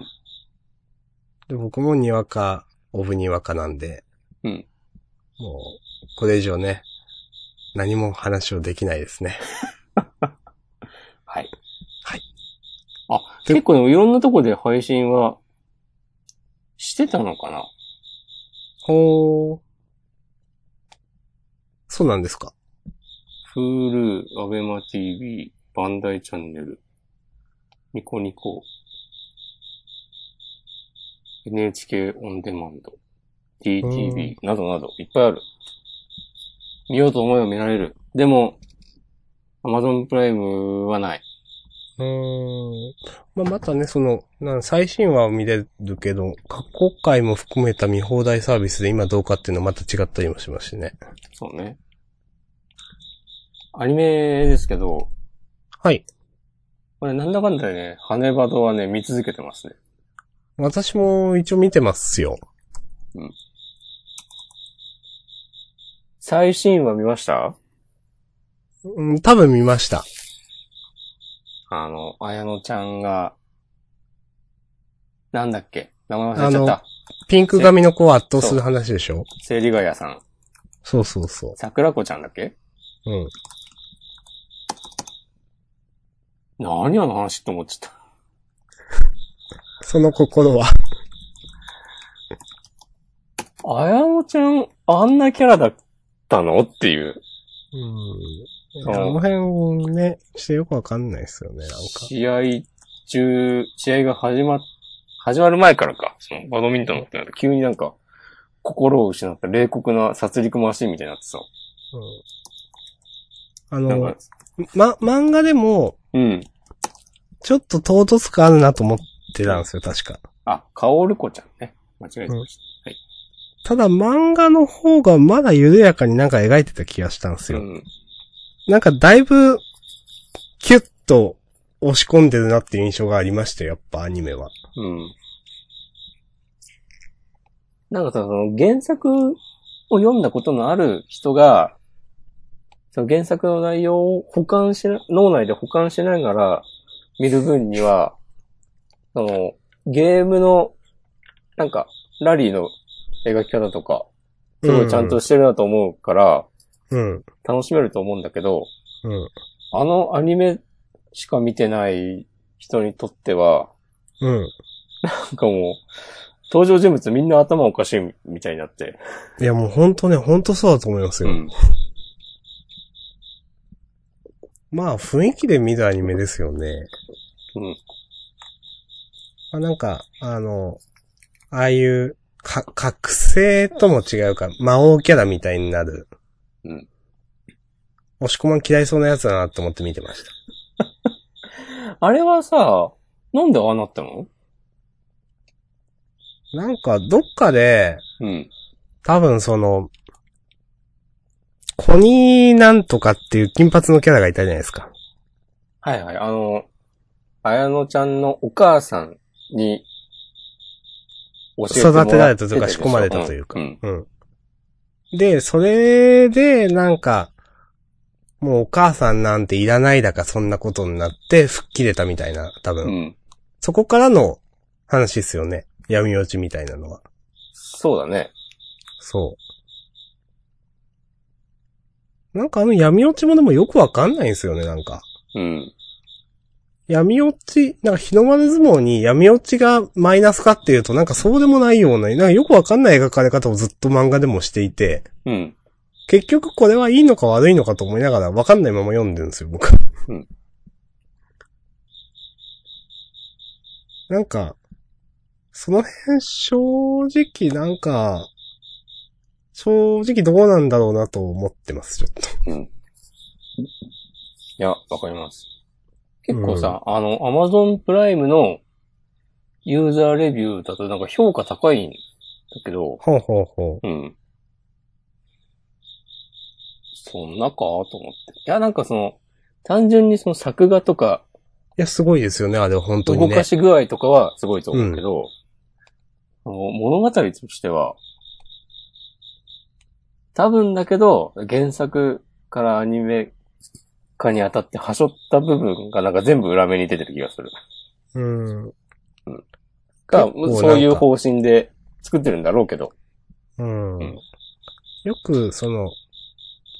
S2: で、僕もにわか、オブにわかなんで、
S1: うん
S2: もう、これ以上ね、何も話をできないですね。
S1: はい。
S2: はい。
S1: あ、
S2: で
S1: 結構でもいろんなとこで配信は、してたのかな
S2: ほー。そうなんですか
S1: ?Hulu、ABEMATV、バンダイチャンネル、ニコニコ、NHK オンデマンド、DTV などなど、いっぱいある。見ようと思えば見られる。でも、Amazon プライムはない。
S2: うーん。まあ、またね、その、なん最新話を見れるけど、過去回も含めた見放題サービスで今どうかっていうのはまた違ったりもしますしね。
S1: そうね。アニメですけど、
S2: はい。
S1: これなんだかんだでね、羽バドはね、見続けてますね。
S2: 私も一応見てますよ。
S1: 最新話見ました
S2: うん、多分見ました。
S1: あの、綾乃ちゃんが、なんだっけ名前忘れちゃっ
S2: あ
S1: た。
S2: ピンク髪の子を圧倒する話でしょ
S1: 生理ガヤさん。
S2: そうそうそ
S1: 桜子ちゃんだっけ
S2: う。うん。
S1: 何あの話って思っちゃっ
S2: その心は。
S1: た。綾乃ちゃん、あんなキャラだったのっていう。
S2: うん。
S1: そう
S2: あの辺をね、してよくわかんないですよね、なんか。
S1: 試合中、試合が始まっ、始まる前からか。そのバドミントンのことになると急になんか、心を失った冷酷な殺戮マシンみたいになってさ。
S2: うん。あ
S1: なん
S2: の
S1: か、、
S2: ま、漫画でも、
S1: うん。
S2: ちょっと唐突感あるなと思っってたんですよ、確か。
S1: あ、カオルコちゃんね。間違えてました
S2: だ漫画の方がまだ緩やかになんか描いてた気がしたんです
S1: た。
S2: よ。
S1: うん。
S2: なんかだいぶ、キュッと押し込んでるなっていう印象がありましたよ、やっぱアニメは。
S1: うん。なんかさ、その原作を読んだことのある人が、その原作の内容を保管しな、脳内で保管しながら見る分には、その、ゲームの、なんか、ラリーの描き方とか、すごいちゃんとしてるなと思うから、
S2: うん。
S1: 楽しめると思うんだけど、
S2: うん。
S1: あのアニメしか見てない人にとっては、
S2: うん。
S1: なんかもう、登場人物みんな頭おかしいみたいになって。
S2: いやもうほんとね、ほんとそうだと思いますよ。。まあ雰囲気で見るアニメですよね。
S1: うん
S2: まあなんか、あの、ああいう、か、覚醒とも違うか、魔王キャラみたいになる。
S1: うん。
S2: 押し込まん嫌いそうなやつだなって思って見てました。
S1: あれはさ、なんでああなったの
S2: なんか、どっかで、
S1: うん。
S2: 多分その、コニーなんとかっていう金髪のキャラがいたじゃないですか。
S1: はいはい。あの、綾乃ちゃんのお母さんに、教
S2: 育てられたというか仕込まれたというか。
S1: ん。
S2: うん。で、それで、なんか、もうお母さんなんていらないだかそんなことになって吹っ切れたみたいな、多
S1: う
S2: 分。
S1: ん。うん
S2: そこからの話ですよね。闇落ちみたいなのは。
S1: そうだね。
S2: そう。なんかあの闇落ちもでもよくわかんないんですよね、なんか。
S1: うん。
S2: 闇落ち、なんか日の丸相撲に闇落ちがマイナスかっていうとなんかそうでもないような、なんかよくわかんない描かれ方をずっと漫画でもしていて、
S1: うん。
S2: 結局これはいいのか悪いのかと思いながらわかんないまま読んでるんですよ、僕。
S1: うん
S2: なんか、その辺正直なんか、正直どうなんだろうなと思ってます、ちょっと。
S1: いや、わかります。結構さ、あの、アマゾンプライムのユーザーレビューだとなんか評価高いんだけど、
S2: ほうほうほ
S1: うん。そんなかと思って。いや、なんかその、単純にその作画とか、
S2: う。いや、すごいですよね、あれは本当に
S1: 動
S2: ね
S1: か。し具合とかはすごいと思うけど、あの物語としては、多分だけど、原作からアニメ化にあたって端折った部分がなんか全部裏目に出てる気がする。
S2: うん。
S1: が、
S2: 結構なんか
S1: そういう方針で作ってるんだろうけど。
S2: うん
S1: ん。
S2: よく、その、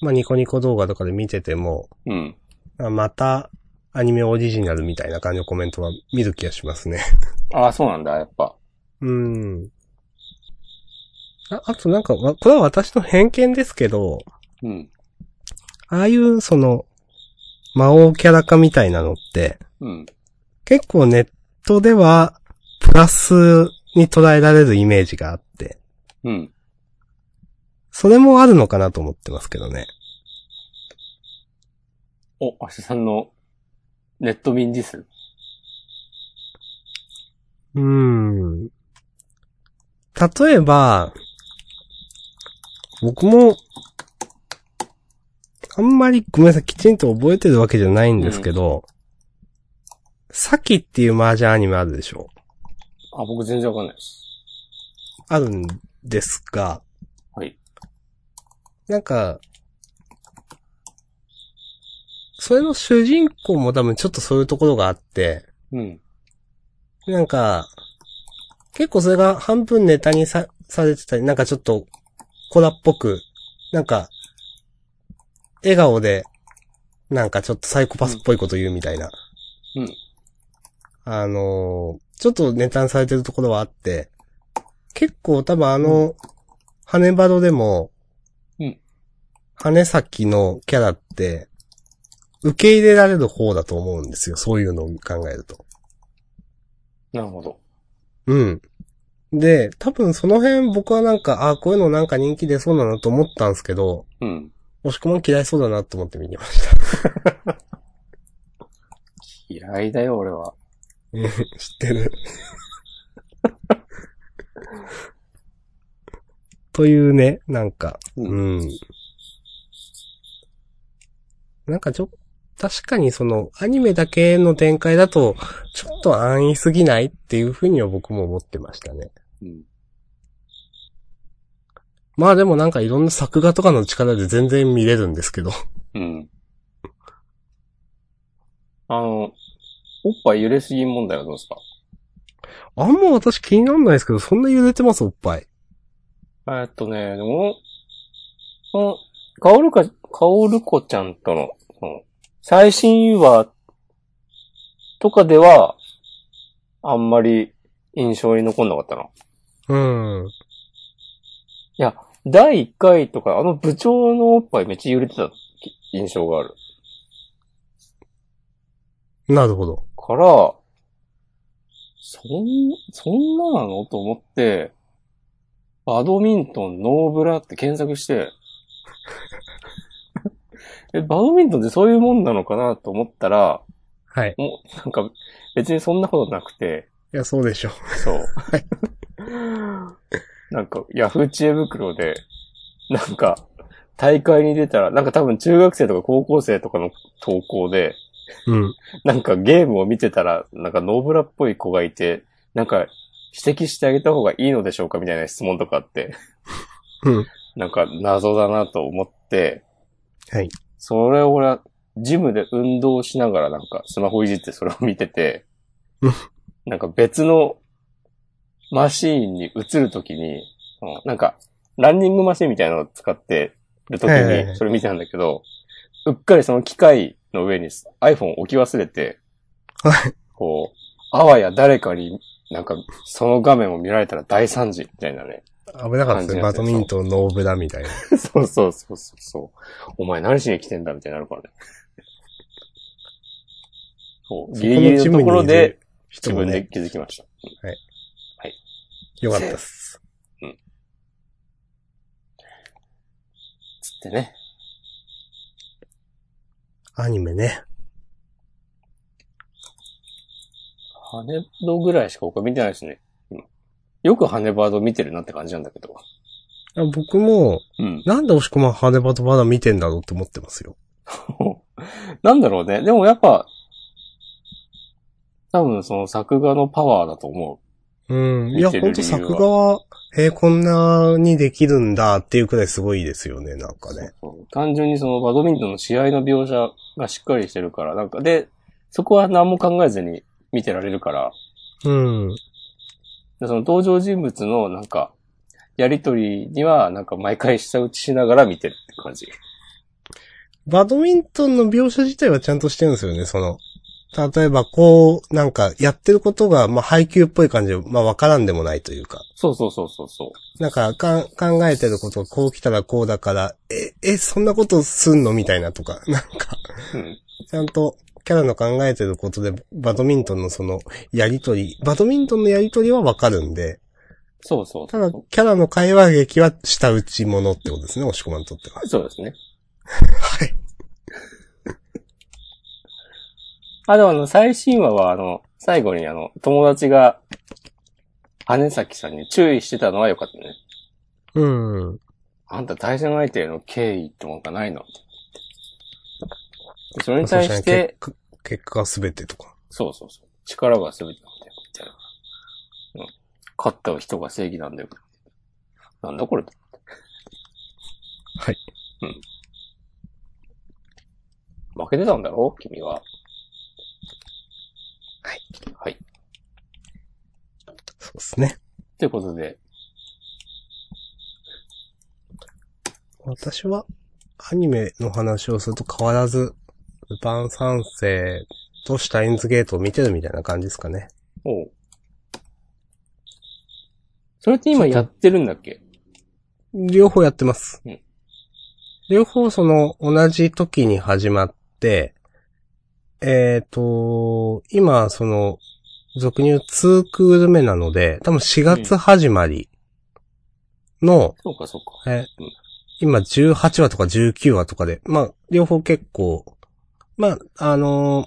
S2: まあ、ニコニコ動画とかで見てても、
S1: うん。
S2: あまた、アニメオリジナルみたいな感じのコメントは見る気がしますね。
S1: ああ、そうなんだ、やっぱ。
S2: うん。あ、あとなんか、わこれは私の偏見ですけど、
S1: うん。
S2: ああいう、その、魔王キャラ化みたいなのって、
S1: うん。
S2: 結構ネットでは、プラスに捉えられるイメージがあって、
S1: うん。
S2: それもあるのかなと思ってますけどね。
S1: お、明日さんのネット民事数。
S2: うーん。例えば、僕も、あんまりごめんなさい、きちんと覚えてるわけじゃないんですけど、サキっていう麻雀アニメあるでしょ
S1: あ、僕全然わかんないです。
S2: あるんですが、
S1: はい。
S2: なんか、それの主人公も多分ちょっとそういうところがあって、
S1: うん。
S2: なんか、結構それが半分ネタにさ、されてたり、なんかちょっと、コラっぽく、なんか、笑顔で、なんかちょっとサイコパスっぽいこと言うみたいな。
S1: うん
S2: あのーちょっとネタにされてるところはあって、結構多分あの、羽バドでも、
S1: うん
S2: 羽先のキャラって、受け入れられる方だと思うんですよ。そういうのを考えると。
S1: なるほど。
S2: うん。で、多分その辺僕はなんか、あこういうのなんか人気出そうだなと思ったんですけど、
S1: うん。
S2: 押し込まん嫌いそうだなと思って見にました。
S1: 嫌いだよ、俺は。
S2: うん知 ってる。というね、なんか、うん。なんかちょ、確かにその、アニメだけの展開だと、ちょっと安易すぎないっていうふうには僕も思ってましたね。
S1: うん。
S2: まあでもなんかいろんな作画とかの力で全然見れるんですけど。
S1: うん。あの、おっぱい揺れすぎ問題はどうですか
S2: あんま私気にならないですけど、そんな揺れてます、おっぱい。
S1: えーっとね、でも、その、かおるか、かおるこちゃんとの、その最新話とかでは、あんまり印象に残んなかったな。
S2: うん。
S1: 第1回とか、あの部長のおっぱいめっちゃ揺れてたき印象がある。
S2: なるほど。
S1: から、そん、そんななのと思って、バドミントンノーブラって検索して、 え、バドミントンってそういうもんなのかなと思ったら、
S2: はい。
S1: もう、なんか、別にそんなことなくて、
S2: いや、そうでしょう。
S1: そう。なんか、ヤフー知恵袋で、なんか、大会に出たら、なんか多分中学生とか高校生とかの投稿で、
S2: うん。
S1: なんかゲームを見てたら、なんかノーブラっぽい子がいて、なんか指摘してあげた方がいいのでしょうかみたいな質問とかあって、
S2: うん。
S1: なんか謎だなと思って、
S2: はい。
S1: それを俺は、ジムで運動しながらなんかスマホいじってそれを見てて
S2: うん、
S1: なんか別のマシーンに移るときに、うんなんかランニングマシーンみたいなのを使ってるとき
S2: はいはいは
S1: に
S2: い
S1: それ見てたんだけど、うっかりその機械の上に iPhone を置き忘れて、
S2: はい。
S1: こう、あわや誰かになんかその画面を見られたら大惨事みたいなね。
S2: 危なかったですね。
S1: 感
S2: バ
S1: じが
S2: ド
S1: ね
S2: ミントンノーブラみたいな。
S1: そうそうそうそうそう。お前何しに来てんだみたいになるからね。そう。ギリギリのところで
S2: 人
S1: 自
S2: も
S1: 分で
S2: ね、
S1: 気づきました。
S2: よかったです。
S1: つってね。
S2: アニメね。
S1: ハネドぐらいしか僕は見てないしね。今よくハネバード見てるなって感じなんだけど。
S2: 僕も、
S1: うん。
S2: なんで押し込まん羽バとまだ見てんだろうって思ってますよ。
S1: なんだろうね。でもやっぱ、多分その作画のパワーだと思
S2: うん。いや、
S1: 見て
S2: ほ
S1: る
S2: んと
S1: 理由は
S2: 作画は、えーこんなにできるんだっていうくらいすごいですよね、なんかね。
S1: う。単純にそのバドミントンの試合の描写がしっかりしてるから、なんかで、そこは何も考えずに見てられるから、
S2: うん。
S1: でその登場人物のなんか、やりとりにはなんか毎回下打ちしながら見てるって感じ。
S2: バドミントンの描写自体はちゃんとしてるんですよね、その。例えば、こう、なんか、やってることが、まあ、配給っぽい感じで、まあ、わからんでもないというか。
S1: そうそうそうそうそ
S2: なんかかん、考えてること、こう来たらこうだから、え、え、そんなことすんのみたいなとか、 なんか、
S1: う。うん。
S2: ちゃんとキャラの考えてることで、バドミントンのその、やりとり、バドミントンのやりとりはわかるんで、
S1: そうそう
S2: た
S1: そう
S2: だ、キャラの会話劇は下打ちものってことですね、押し込まんにとっては。
S1: そうですね。
S2: はい。
S1: あ、でもあの、最新話はあの、最後にあの、友達が、羽崎さんに注意してたのは良かったね。
S2: うん。
S1: あんた対戦相手への敬意ってもんがないのそれに対して、
S2: 結果、結果が全てとか。
S1: そうそうそう。力が全てなんだよ、みたいな。うん。勝った人が正義なんだよ。なんだこれ。
S2: はい。
S1: うん。負けてたんだろ君は。
S2: はい。
S1: はい。
S2: そうですね。
S1: ということで、
S2: 私は、アニメの話をすると変わらず、ルパン三世とシュタインズゲートを見てるみたいな感じですかね。
S1: おう。それって今やってるんだっけ
S2: 両方やってます。
S1: うん
S2: 両方その同じ時に始まって、えっ、と、今その、俗に言う2クール目なので、多分4月始まりの、
S1: そうか、そうか。
S2: えー今18話とか19話とかで、まあ、両方結構、まあ、あのー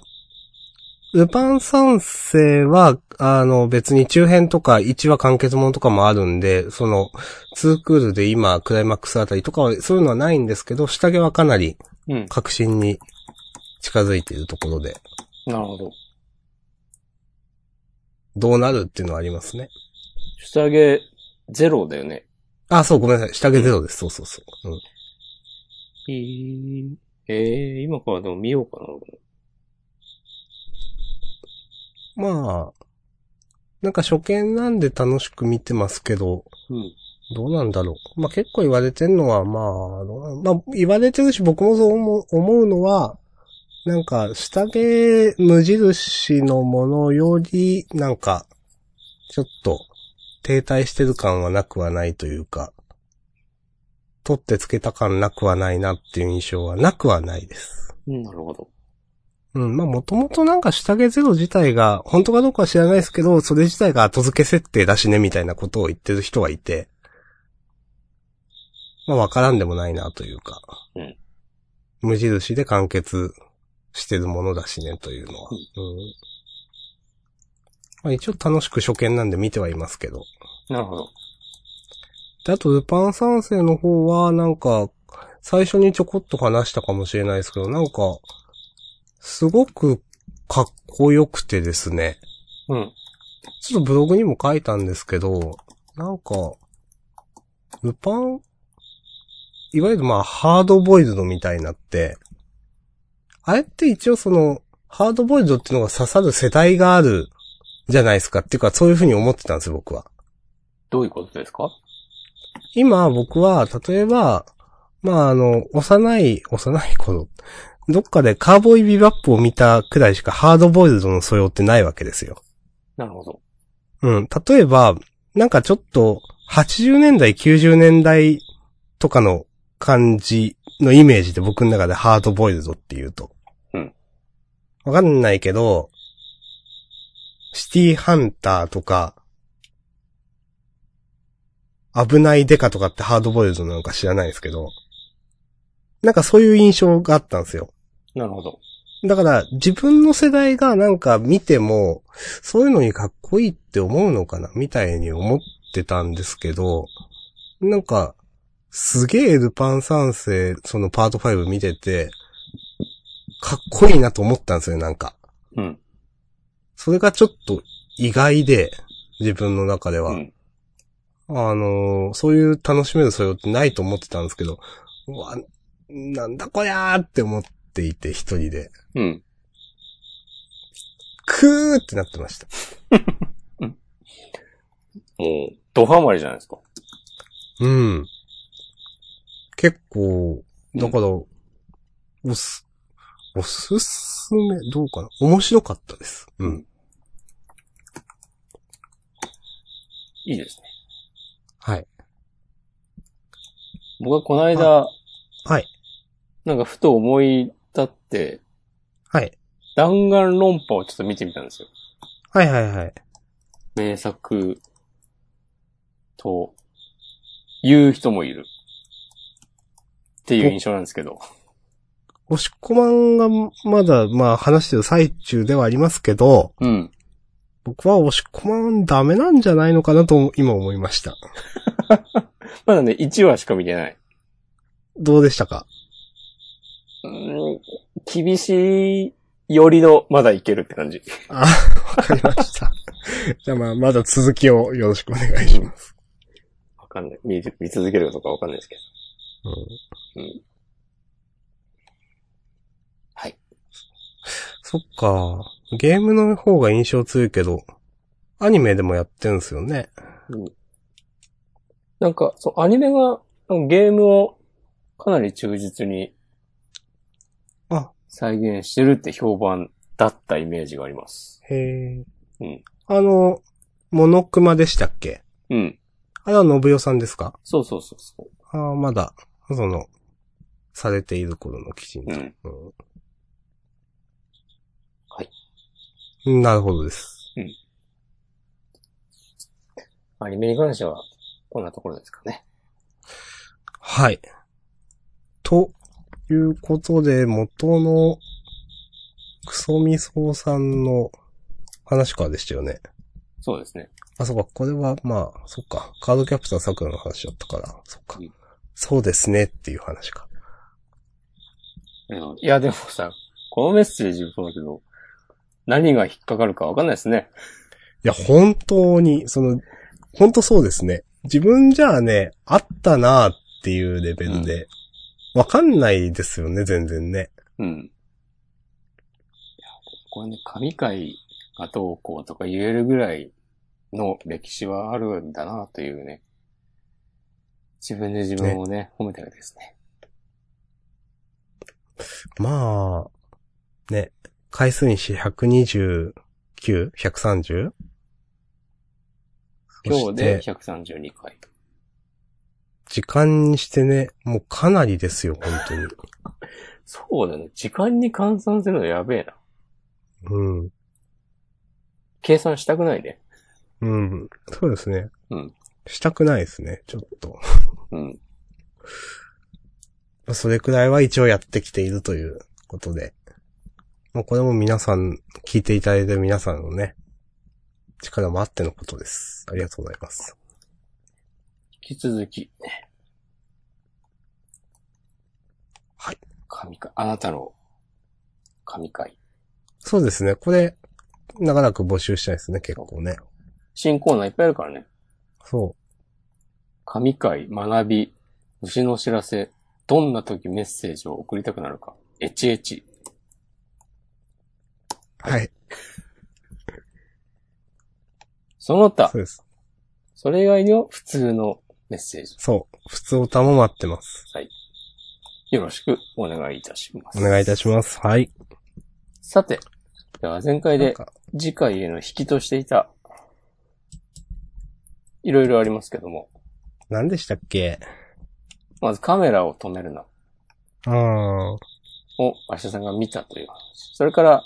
S2: ルパン三世は、あの、別に中編とか1話完結ものとかもあるんで、その、2クールで今、クライマックスあたりとかは、そういうのはないんですけど、下着はかなり、
S1: うん。
S2: 革新に近づいているところで、
S1: なるほど。
S2: どうなるっていうのはありますね。
S1: 下げゼロだよね。
S2: あ、そう、ごめんなさい。下着ゼロです。そうそうそう。うん。
S1: えー、えー、今からでも見ようかな。
S2: まあ、なんか初見なんで楽しく見てますけど、
S1: うん。
S2: どうなんだろう。まあ結構言われてるのは、まあどうな、まあ言われてるし僕もそう思う思うのは、なんか下着無印のものより、なんか、ちょっと停滞してる感はなくはないというか、取ってつけた感なくはないなっていう印象はなくはないです。
S1: うん、なるほど。
S2: うん、まあもともとなんか下着ゼロ自体が、本当かどうかは知らないですけど、それ自体が後付け設定だしね、みたいなことを言ってる人はいて、まあわからんでもないなというか、
S1: うん
S2: 無印で完結してるものだしね、というのは。うんまあ、一応楽しく初見なんで見てはいますけど。
S1: なるほど。
S2: で、あと、ルパン三世の方は、なんか、最初にちょこっと話したかもしれないですけど、なんか、すごくかっこよくてですね。
S1: うん。
S2: ちょっとブログにも書いたんですけど、なんか、ルパン、いわゆるまあ、ハードボイルドみたいになって、あれって一応その、ハードボイルドっていうのが刺さる世代があるじゃないですか。っていうか、そういうふうに思ってたんですよ、僕は。
S1: どういうことですか
S2: 今僕は、例えば、まあ、あの、幼い、幼い頃、どっかでカーボーイビバップを見たくらいしかハードボイルドの素養ってないわけですよ。
S1: なるほど。
S2: うん。例えば、なんかちょっと、80年代、90年代とかの感じのイメージで僕の中でハードボイルドって言うと。
S1: うん。
S2: わかんないけど、シティハンターとか、危ないデカとかってハードボイルドなのか知らないですけど、なんかそういう印象があったんですよ。
S1: なるほど。
S2: だから、自分の世代がなんか見ても、そういうのにかっこいいって思うのかなみたいに思ってたんですけど、なんか、すげえルパン三世、そのパート5見てて、かっこいいなと思ったんですよ、なんか。
S1: うん。
S2: それがちょっと意外で、自分の中では。
S1: うん。
S2: あのーそういう楽しめる素養ってないと思ってたんですけど、うわ、なんだこりゃーって思っていて、一人で。
S1: うん。
S2: クーってなってました。
S1: もう、ドハマりじゃないですか。
S2: うん。結構、だから、おす、おすすめ、どうかな面白かったです。うん。
S1: いいですね。
S2: はい。
S1: 僕はこの間、
S2: はい。
S1: なんかふと思い立って、
S2: はい。
S1: 弾丸論破をちょっと見てみたんですよ。
S2: はいはいはい。
S1: 名作、と、言う人もいる。っていう印象なんですけど。
S2: 押し込まんがまだ、まあ話してる最中ではありますけど、
S1: うん。
S2: 僕は押し込まんダメなんじゃないのかなと今思いました。
S1: まだね、1話しか見てない。
S2: どうでしたか
S1: うーん、厳しいよりの、まだいけるって感じ。
S2: あ、わかりま した。じゃあまあ、まだ続きをよろしくお願いします。
S1: わかんない。見見続けるとかわかんないですけど。はい。
S2: そっか。ゲームの方が印象強いけど、アニメでもやってるんですよね。
S1: なんか、そう、アニメが、ゲームをかなり忠実に
S2: あ、
S1: 再現してるって評判だったイメージがあります。
S2: へえ。
S1: うん
S2: あの、モノクマでしたっけ
S1: うん。
S2: あれは信代さんですか
S1: そうそうそうそ
S2: ああ、まだ、その、されている頃の記事
S1: う。う
S2: に
S1: ん。
S2: うん
S1: はい。
S2: なるほどです。
S1: アニメに関しては、こんなところですかね。
S2: はい。ということで、元の、クソミソウさんの話からでしたよね。
S1: そうですね。
S2: あ、そっか、これは、まあ、そっか。カードキャプター桜の話だったから、そっか
S1: うん。
S2: そうですねっていう話か。
S1: いや、でもさ、このメッセージもそうだけど、何が引っかかるかわかんないですね。
S2: いや、本当に、その、本当そうですね。自分じゃあね、あったなーっていうレベルで、わ、かんないですよね、全然ね。
S1: うん。いや、これね、神回がどうこうとか言えるぐらいの歴史はあるんだなというね。自分で自分をね、褒めてるですね。
S2: まあ、ね、回数にして 129?130?
S1: 今日で132回。
S2: 時間にしてね、もうかなりですよ、本当に。
S1: そうだね。時間に換算するのやべえな。
S2: うん。
S1: 計算したくないね。
S2: うん。そうですね。
S1: うん。
S2: したくないですね、ちょっと。
S1: うん。
S2: まあそれくらいは一応やってきているということで。もうこれも皆さん、聞いていただいてる皆さんのね、力もあってのことです。ありがとうございます。
S1: 引き続き。
S2: はい。
S1: 神回。あなたの神回。
S2: そうですね、これ、長らく募集したいですね、結構ね。
S1: 新コーナーいっぱいあるからね。
S2: そ
S1: 神回、学び、虫の知らせ、どんな時メッセージを送りたくなるか、エチエチ。
S2: う。はい、
S1: その他
S2: そ、うです。
S1: それ以外の普通のメッセージ、
S2: そう。普通歌も待ってます。
S1: よろしくお願いいたします。
S2: お願いいたします。はい。
S1: さて、では前回
S2: なん
S1: で
S2: か
S1: 次回への引きとしていた、いろいろありますけども、
S2: 何でしたっけ
S1: まずカメラを止めるな、
S2: うーん。
S1: を明日さんが見たという話。それから、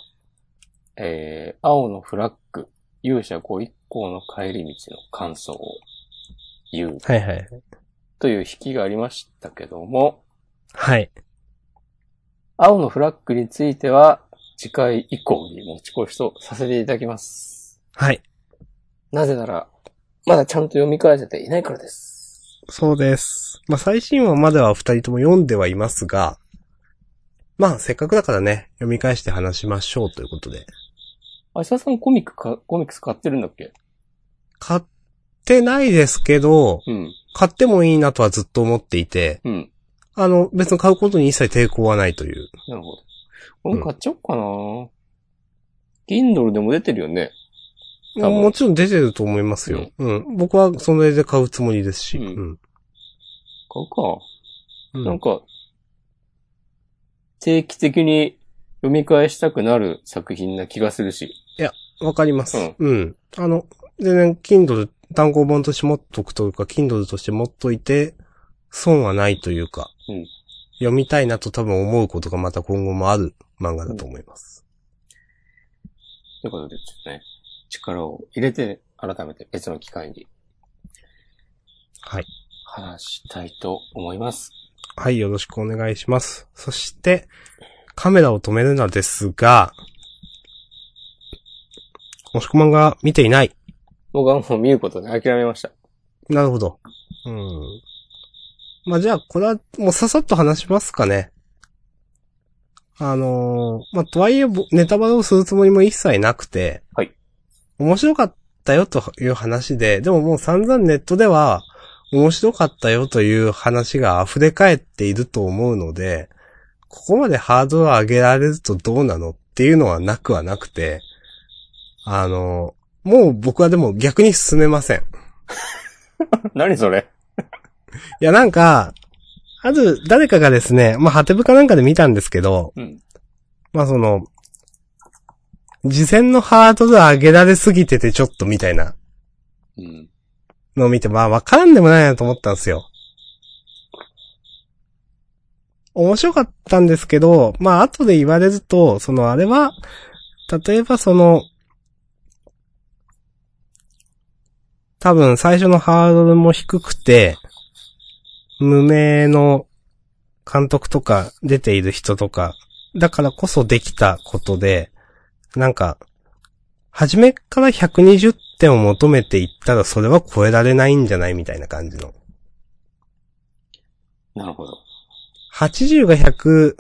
S1: えー、青のフラッグ、勇者ご一行の帰り道の感想を言う。
S2: はいはい。
S1: という引きがありましたけども、
S2: はい。
S1: 青のフラッグについては次回以降に持ち越しとさせていただきます。
S2: はい。
S1: なぜなら、まだちゃんと読み返せていないからです。
S2: そうです。まあ、最新話までは二人とも読んではいますが、まあ、せっかくだからね、読み返して話しましょうということで。
S1: あしささんコミックか、コミックス買ってるんだっけ
S2: 買ってないですけど、
S1: うん、
S2: 買ってもいいなとはずっと思っていて、
S1: うん。
S2: あの、別に買うことに一切抵抗はないという。
S1: なるほど。俺も買っちゃおうかな、Kindle でも出てるよね。多分
S2: もちろん出てると思いますよ。うん。僕はそれで買うつもりですし。
S1: う
S2: うん
S1: ん。買うか。
S2: うん
S1: なんか、定期的に読み返したくなる作品な気がするし。
S2: わかります。
S1: うん
S2: うん。あの、全然、Kindle、単行本として持っとくというか、Kindle として持っといて、損はないというか、
S1: うん
S2: 読みたいなと多分思うことがまた今後もある漫画だと思います。
S1: ということで、ちょっとね、力を入れて、改めて別の機会に
S2: はい。
S1: 話したいと思います。
S2: はい、よろしくお願いします。そして、カメラを止めるなですが、もしこまんが見ていない。
S1: 僕はもう見ることで諦めました。
S2: なるほど。うん。まあ、じゃあ、これは、もうささっと話しますかね。あのーまあ、とはいえ、ぼネタバレをするつもりも一切なくて、
S1: はい。
S2: 面白かったよという話で、でももう散々ネットでは、面白かったよという話が溢れ返っていると思うので、ここまでハードルを上げられるとどうなのっていうのはなくはなくて、あのーもう僕はでも逆に進めません。
S1: 何それ
S2: いや、なんか、ある、誰かがですね、まあ、ハテブかなんかで見たんですけど、
S1: うん。
S2: まあ、その、事前のハードル上げられすぎててちょっとみたいな
S1: うん。
S2: のを見て、まあ、わからんでもないなと思ったんですよ。面白かったんですけど、まあ、後で言われると、その、あれは、例えばその、多分最初のハードルも低くて、無名の監督とか出ている人とか、だからこそできたことで、なんか、初めから120点を求めていったらそれは超えられないんじゃないみたいな感じの。
S1: なるほど。
S2: 80が100、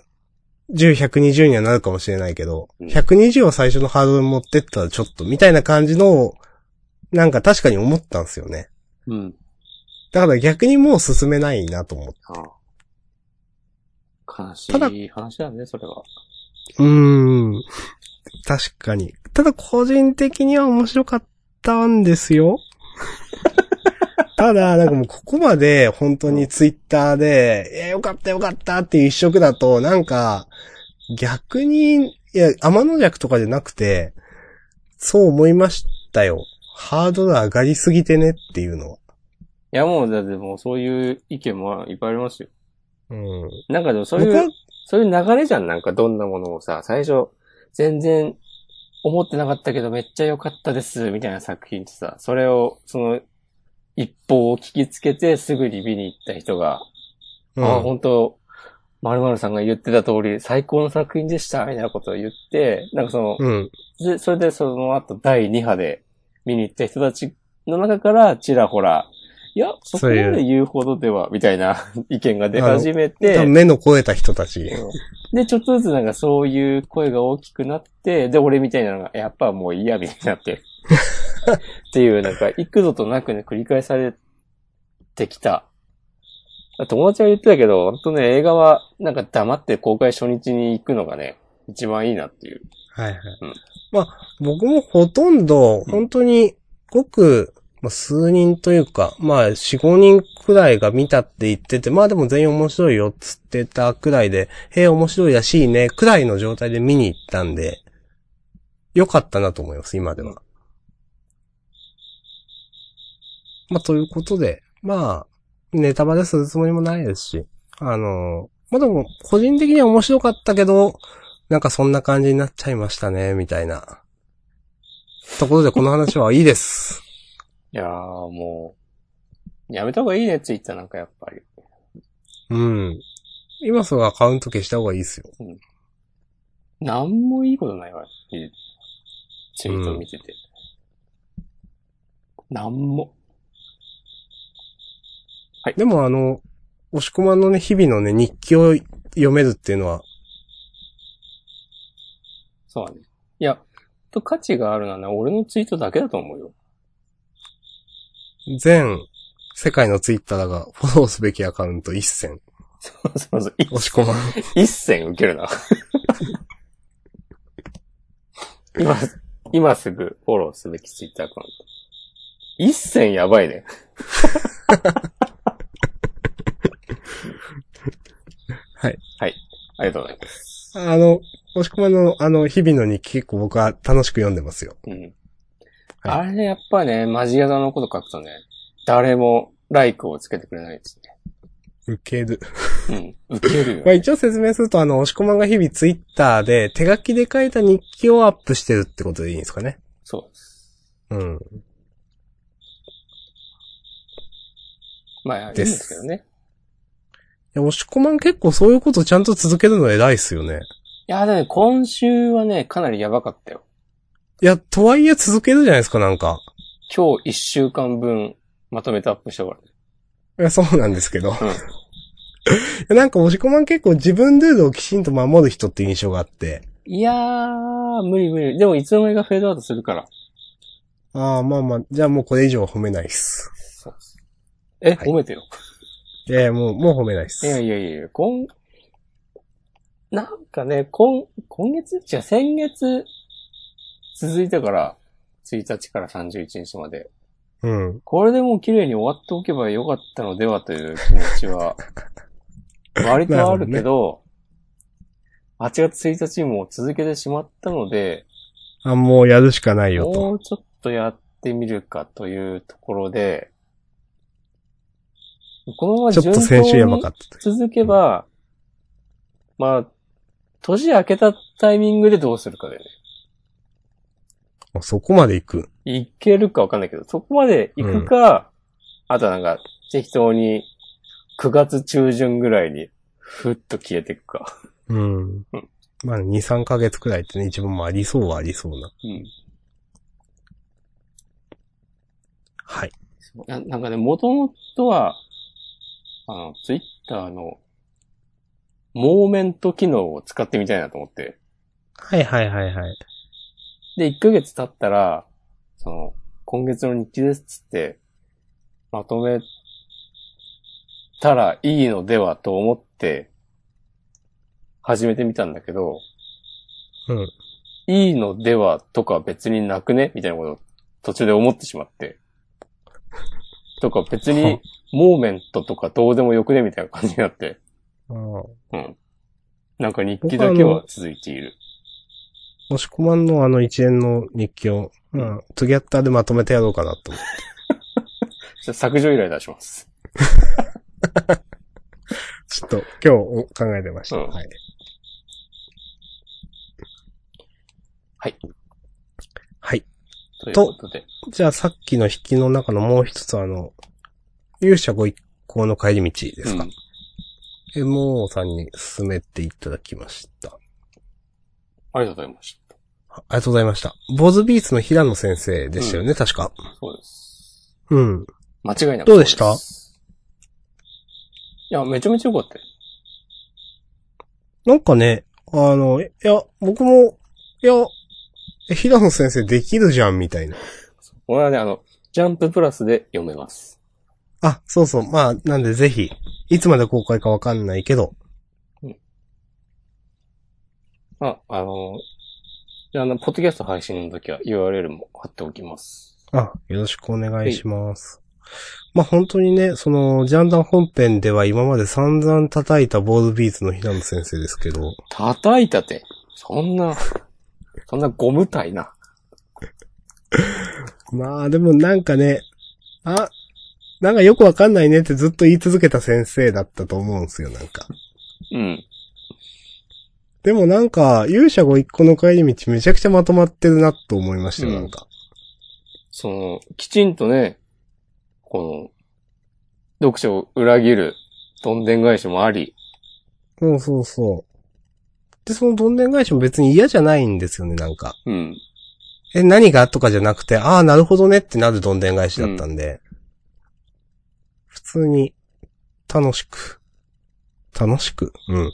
S2: 10、120にはなるかもしれないけど、
S1: うん
S2: 120を最初のハードルに持ってったらちょっと、みたいな感じのを、なんか確かに思ったんですよね。
S1: うん。
S2: だから逆にもう進めないなと思って。
S1: ああ悲した
S2: だ
S1: い話だね、それは。
S2: うーん。確かに。ただ個人的には面白かったんですよ。 ただ、なんかもうここまで本当にツイッターで、いや、よかったよかったっていう一色だと、なんか、逆に、いや、天の弱とかじゃなくて、そう思いましたよ。ハードル上がりすぎてねっていうのは。
S1: いや、もう、だってもうそういう意見もいっぱいありますよ。
S2: うん。
S1: なんかでもそう
S2: 僕
S1: い
S2: は
S1: う、、そういう流れじゃん、なんかどんなものをさ、最初、全然思ってなかったけどめっちゃ良かったです、みたいな作品ってさ、それを、その、一報を聞きつけてすぐに見に行った人が、
S2: うん
S1: ああ、本当〇〇さんが言ってた通り、最高の作品でした、みたいなことを言って、なんかその、
S2: うん。
S1: で、それでその後第2波で見に行った人たちの中からちらほら、いや、そこま
S2: そう
S1: で
S2: い
S1: 言うほどでは、みたいな意見が出始め
S2: 多分
S1: て、
S2: 目の超えた人たち。
S1: で、ちょっとずつなんかそういう声が大きくなって、で、俺みたいなのが、やっぱもういいや、みたいになって。っていう、なんか、幾度となくね、繰り返されてきた。友達が言ってたけど、本当ね、映画は、なんか黙って公開初日に行くのがね、一番いいなっていう。
S2: はいはい
S1: うん。
S2: まあ、僕もほとんど、本当に、ごく、まあ、数人というか、まあ、四五人くらいが見たって言ってて、まあでも全員面白いよっつってたくらいで、へえ、面白いらしいね、くらいの状態で見に行ったんで、良かったなと思います、今では。まあ、ということで、まあ、ネタバレするつもりもないですし、あの、まあでも、個人的には面白かったけど、なんかそんな感じになっちゃいましたね、みたいな。ところでこの話はいいです。
S1: いやー、もう、やめた方がいいね、ツイッターなんかやっぱり。
S2: うん。今すぐアカウント消した方がいいですよ。
S1: なんもいいことないわ、ツイート見てて。なんも。
S2: でもあの、押し込まんのね、日々のね、日記を読めるっていうのは、
S1: そうだね。いや、と価値があるのはね、俺のツイートだけだと思うよ。
S2: 全世界のツイッターがフォローすべきアカウント一戦。
S1: そうそう、い
S2: 押し込まん。
S1: 一線受けるな。 今、今すぐフォローすべきツイッターアカウント。一線やばいね。
S2: はい。
S1: はい。ありがとうございます。
S2: あの、押し込まんのあの、日々の日記結構僕は楽しく読んでますよ。
S1: うん。
S2: はい
S1: あれね、やっぱね、マジヤザのこと書くとね、誰もライクをつけてくれないです
S2: 受ける。
S1: ね。うん。受けるよ
S2: まあ
S1: ね。
S2: 一応説明すると、あの、押し込まんが日々ツイッターで手書きで書いた日記をアップしてるってことでいいんですかね。
S1: そうです。
S2: うん。
S1: まあ、いいんですけどね。
S2: いや、押し込まん結構そういうことちゃんと続けるの偉いっすよ
S1: い
S2: ね。
S1: や、でもね、今週はね、かなりやばかったよ。
S2: いや、とはいえ続けるじゃないですか、なんか。
S1: 今日一週間分、まとめてアップしたからね。
S2: いや、そうなんですけど。い
S1: うん。
S2: やなんか押し込まん結構自分ルールをきちんと守る人って印象があって。
S1: いやー、無理無理。でもいつの間にかフェードアウトするから。
S2: ああ、まあまあ、じゃあもうこれ以上は褒めないっす。
S1: そうです。え、
S2: はい
S1: 褒めてよ。
S2: いやいや、もう、もう褒めないっす。
S1: いやいやいやいや、今、なんかね、今、今月じゃ先月、続いたから、1日から31日まで。
S2: うん。
S1: これでもう綺麗に終わっておけばよかったのではという気持ち は、割とあるけど、8月1日にもう続けてしまったので、
S2: あ、もうやるしかないよと。
S1: もうちょっとやってみるかというところで、このまま
S2: ちょっ
S1: 順
S2: と
S1: 当
S2: 先週やば
S1: に
S2: かったと。
S1: 続けば、まあ、年明けたタイミングでどうするかだよね。
S2: あそこまで行く。
S1: いけるかわかんないけど、そこまで行くか、あとはなんか、適当に、9月中旬ぐらいに、ふっと消えていくか。
S2: うん。まあ、2、3ヶ月くらいってね、一番まあ、ありそうはありそうな。
S1: うん。
S2: はい。
S1: ななんかね、もともとは、あの、ツイッターの、モーメント機能を使ってみたいなと思って。
S2: はいはいはいはい。
S1: で、1ヶ月経ったら、その、今月の日記ですっつって、まとめたらいいのではと思って、始めてみたんだけど、
S2: うん。
S1: いいのではとか別になくねみたいなことを途中で思ってしまって。とか別に、モーメントとかどうでもよくねみたいな感じになって。
S2: ああ。
S1: うん。なんか日記だけは続いている。
S2: もしこまんのあの一連の日記を、うん、トゥギャッターでまとめてやろうかなと思 って。
S1: じゃあ削除依頼出します。
S2: ちょっと今日お考えてました。
S1: うん
S2: はい。
S1: はい。
S2: はい。
S1: ということで。
S2: じゃあさっきの引きの中のもう一つあの、勇者ご一行の帰り道ですか。
S1: うん
S2: も MO さんに進めていただきました。
S1: ありがとうございまし
S2: ありがとうございました。坊主ビーツの平野先生でしたよね、確か。
S1: た。そうです。
S2: うん。
S1: 間違いなく
S2: どうでした
S1: そすいや、めちゃめちゃ良かったよ。
S2: なんかね、あの、いや、僕も、いや、え平野先生できるじゃん、みたいな。
S1: 俺はね、あの、ジャンププラスで読めます。
S2: あ、そうそう。まあ、なんでぜひ、いつまで公開かわかんないけど、
S1: あ、あの、じゃあ、あの、ポッドキャスト配信の時は URL も貼っておきます。
S2: あ、よろしくお願いします。まあ本当にね、その、ジャンダン本編では今まで散々叩いたボールビーツの平野先生ですけど、
S1: 叩いたて。そんな、そんなゴム体な。
S2: まあでもなんかね、あ、なんかよくわかんないねってずっと言い続けた先生だったと思うんですよ、なんか。
S1: うん。
S2: でもなんか、勇者ご一個の帰り道めちゃくちゃまとまってるなと思いました
S1: う
S2: よ、
S1: ん
S2: なんか。
S1: その、きちんとね、この、読書を裏切る、どんでん返しもあり、
S2: そうそうそう。で、そのどんでん返しも別に嫌じゃないんですよね、なんか。
S1: うん。
S2: え、何がとかじゃなくて、ああ、なるほどねってなるどんでん返しだったんで、普通に、楽しく。楽しく。うん。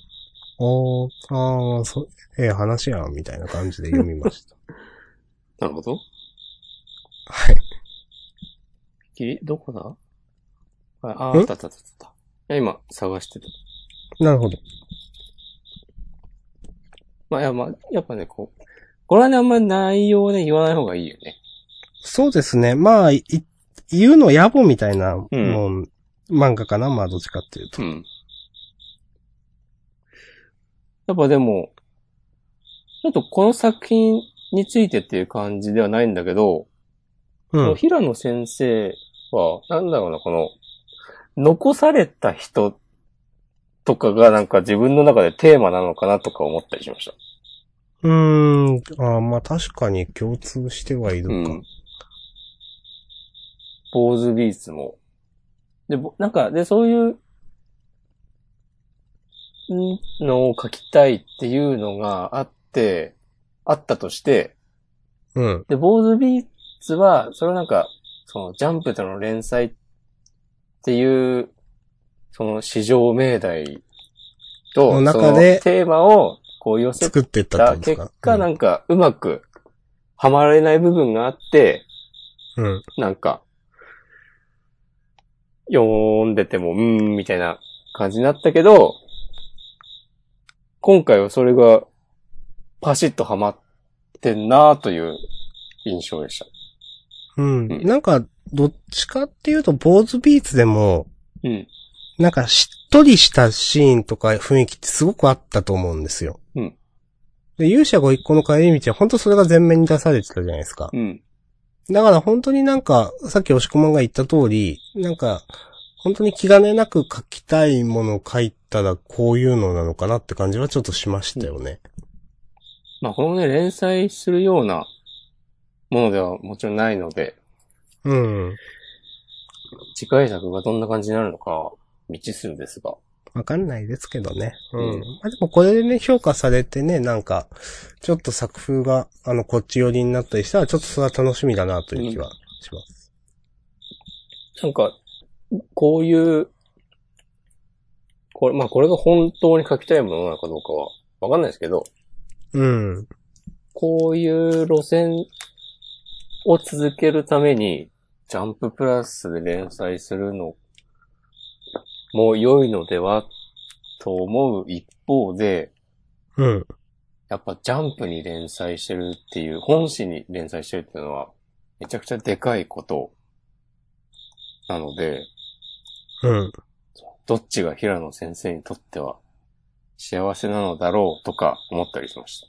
S2: おー、ああ、そ、ええ話やん、みたいな感じで読み ました。
S1: なるほど。
S2: はい。
S1: きり、どこだあ、あ
S2: ん
S1: あったあったあったあった。いや、今、探してた。
S2: なるほど。
S1: まあ、いや、まあ、やっぱね、こう、これはね、あんまり内容をね、言わない方がいいよね。
S2: そうですね。まあ、い、言うの野暮みたいな、
S1: うん
S2: もう、漫画かなまあ、どっちかっていうと。
S1: うん。やっぱでも、ちょっとこの作品についてっていう感じではないんだけど、
S2: う
S1: この
S2: ん。
S1: 平野先生は、なんだろうな、この、残された人とかがなんか自分の中でテーマなのかなとか思ったりしました。
S2: うーん。あーまあ、確かに共通してはいるか。
S1: うん。坊主ビーツも。で、ぼなんか、で、そういう、んのを書きたいっていうのがあって、あったとして、
S2: うん。
S1: で、坊主ビーツは、それはなんか、その、ジャンプとの連載っていう、その、市場命題と、
S2: の中で
S1: そのテーマを、こう寄せ
S2: 作っていった
S1: た
S2: ってことです
S1: 結
S2: か
S1: 果、なんか、うまく、はまれない部分があって、
S2: うん。うん
S1: なんか、読んでても、うーん、みたいな感じになったけど、今回はそれが、パシッとハマってんなという印象でした。
S2: うん。
S1: うん
S2: なんか、どっちかっていうと、坊主ビーツでも、
S1: うん。
S2: なんかしっとりしたシーンとか雰囲気ってすごくあったと思うんですよ。
S1: うん
S2: で、勇者ご一行の帰り道は本当それが前面に出されてたじゃないですか。
S1: うん。
S2: だから本当になんか、さっき押し込まんが言った通り、なんか、本当に気兼ねなく書きたいものを書いたらこういうのなのかなって感じはちょっとしましたよね。
S1: まあ、このね、連載するようなものではもちろんないので、
S2: うん。
S1: 次回作がどんな感じになるのか、未知数ですが。
S2: わかんないですけどね。うん。
S1: うん
S2: まあでもこれでね、評価されてね、なんか、ちょっと作風が、あの、こっち寄りになったりしたら、ちょっとそれは楽しみだなという気はします。
S1: なんか、こういう、これ、まあこれが本当に書きたいものなのかどうかはわかんないですけど、
S2: うん。
S1: こういう路線を続けるために、ジャンププラスで連載するのも良いのではと思う一方で、
S2: うん。
S1: やっぱジャンプに連載してるっていう、本誌に連載してるっていうのは、めちゃくちゃでかいことなので、
S2: うん。
S1: どっちが平野先生にとっては幸せなのだろうとか思ったりしました。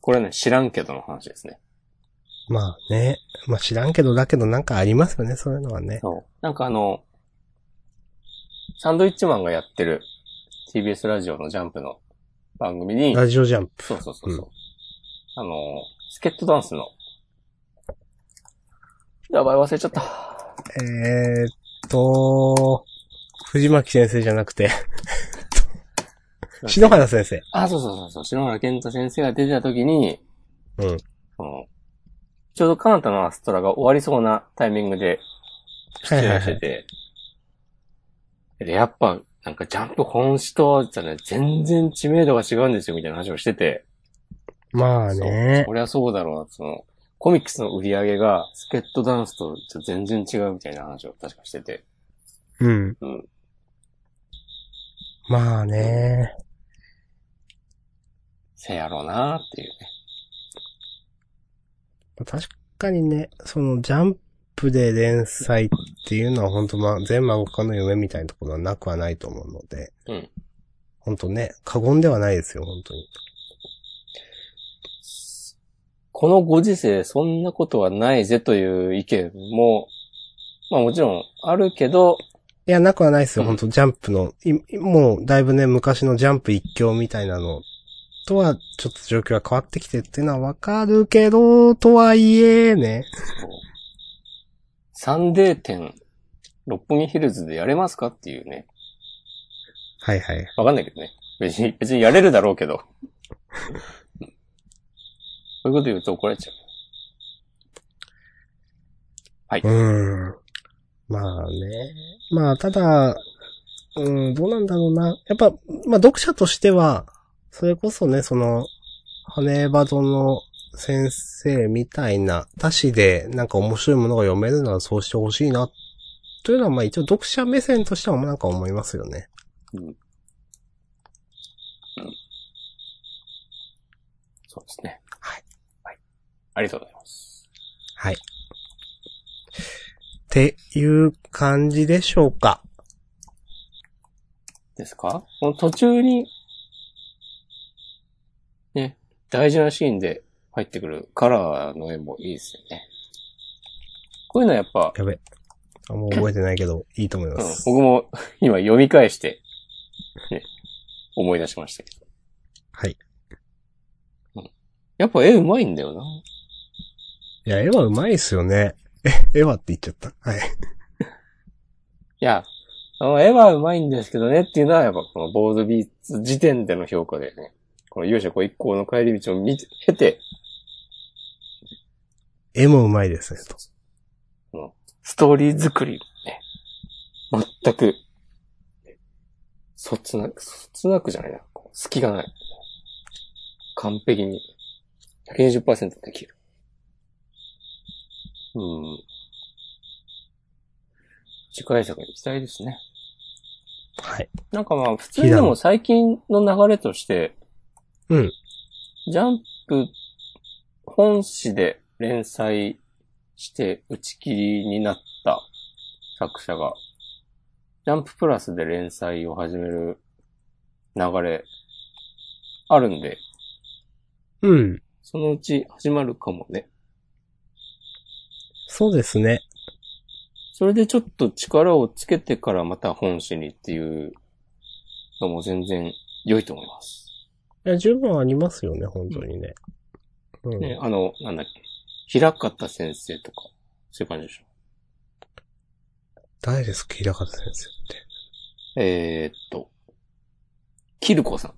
S1: これはね、知らんけどの話ですね。
S2: まあね。まあ知らんけど、だけどなんかありますよね、そういうのはね。
S1: そう。なんかあの、サンドイッチマンがやってる TBS ラジオのジャンプの番組に、
S2: ラジオジャンプ。
S1: そうそうそうそう、あの、スケットダンスの、やばい忘れちゃった。
S2: えーっと、藤巻先生じゃなくて、 篠原先生。
S1: あ、そうそうそうそう、篠原健太先生が出てた時に、
S2: うん。
S1: その、ちょうどカナタのアストラが終わりそうなタイミングで出
S2: はいはい
S1: 演して
S2: はい。
S1: て、で、やっぱ、なんかジャンプ本誌とはじゃね、全然知名度が違うんですよ、みたいな話をしてて、
S2: まあ
S1: そう
S2: ね。
S1: そりゃそうだろうな、その、コミックスの売り上げが、スケットダンスと全然違うみたいな話を確かしてて、
S2: うん
S1: うん。
S2: まあね。
S1: せやろうなっていうね。
S2: 確かにね、そのジャンプで連載っていうのは本当まあ、全孫かの夢みたいなところはなくはないと思うので。
S1: うん。
S2: 本当ね、過言ではないですよ、本当に。
S1: このご時世、そんなことはないぜという意見も、まあもちろんあるけど、
S2: いや、なくはないですよ、
S1: うん
S2: 本当ジャンプの、いもうだいぶね、昔のジャンプ一強みたいなのとは、ちょっと状況が変わってきてっていうのはわかるけど、とはいえね。
S1: サンデー店、六本木ヒルズでやれますかっていうね。
S2: はいはい。
S1: わかんないけどね。別に、別にやれるだろうけど。 そういうこと言うと怒られちゃう。
S2: うん。まあね。まあ、ただ、うん、どうなんだろうな。やっぱ、まあ、読者としては、それこそね、その、ハネバドの先生みたいな、他誌でなんか面白いものが読めるならそうしてほしいな、というのは、まあ一応読者目線としてはなんか思いますよね。
S1: そうですね。
S2: はい。
S1: はい。ありがとうございます。
S2: はい。っていう感じでしょうか。
S1: ですかこの途中に、ね、大事なシーンで入ってくるカラーの絵もいいですよね。こういうのはやっぱ、
S2: やべ。あもう覚えてないけど、いいと思いま
S1: うん
S2: す。
S1: 僕も 今読み返して、ね、思い出しましたけど。
S2: はい。
S1: やっぱ絵うまいんだよな。
S2: いや、絵は上手いっすよね。え、絵はって言っちゃった。はい。
S1: いや、あの絵はうまいんですけどねっていうのはやっぱこのボードビーツ時点での評価でね、この勇者子一行の帰り道を見て、経て、
S2: 絵も上手いですね、と。
S1: ストーリー作り、ね、全く、そつなく、そつなくじゃないな。こう隙がない。完璧に、120%できる。うん。次回作に期待ですね。
S2: はい。
S1: なんかまあ、普通にでも最近の流れとして、
S2: うん。
S1: ジャンプ、本誌で連載して打ち切りになった作者が、ジャンププラスで連載を始める流れ、あるんで、
S2: うん。
S1: そのうち始まるかもね。
S2: そうですね。
S1: それでちょっと力をつけてからまた本誌にっていうのも全然良いと思います。
S2: いや、十分ありますよね、本当にね。うん。
S1: ね、あの、なんだっけ。平方先生とか、そういう感じでしょ。
S2: 誰ですか、平方先生って。
S1: えーっと、キルコさん。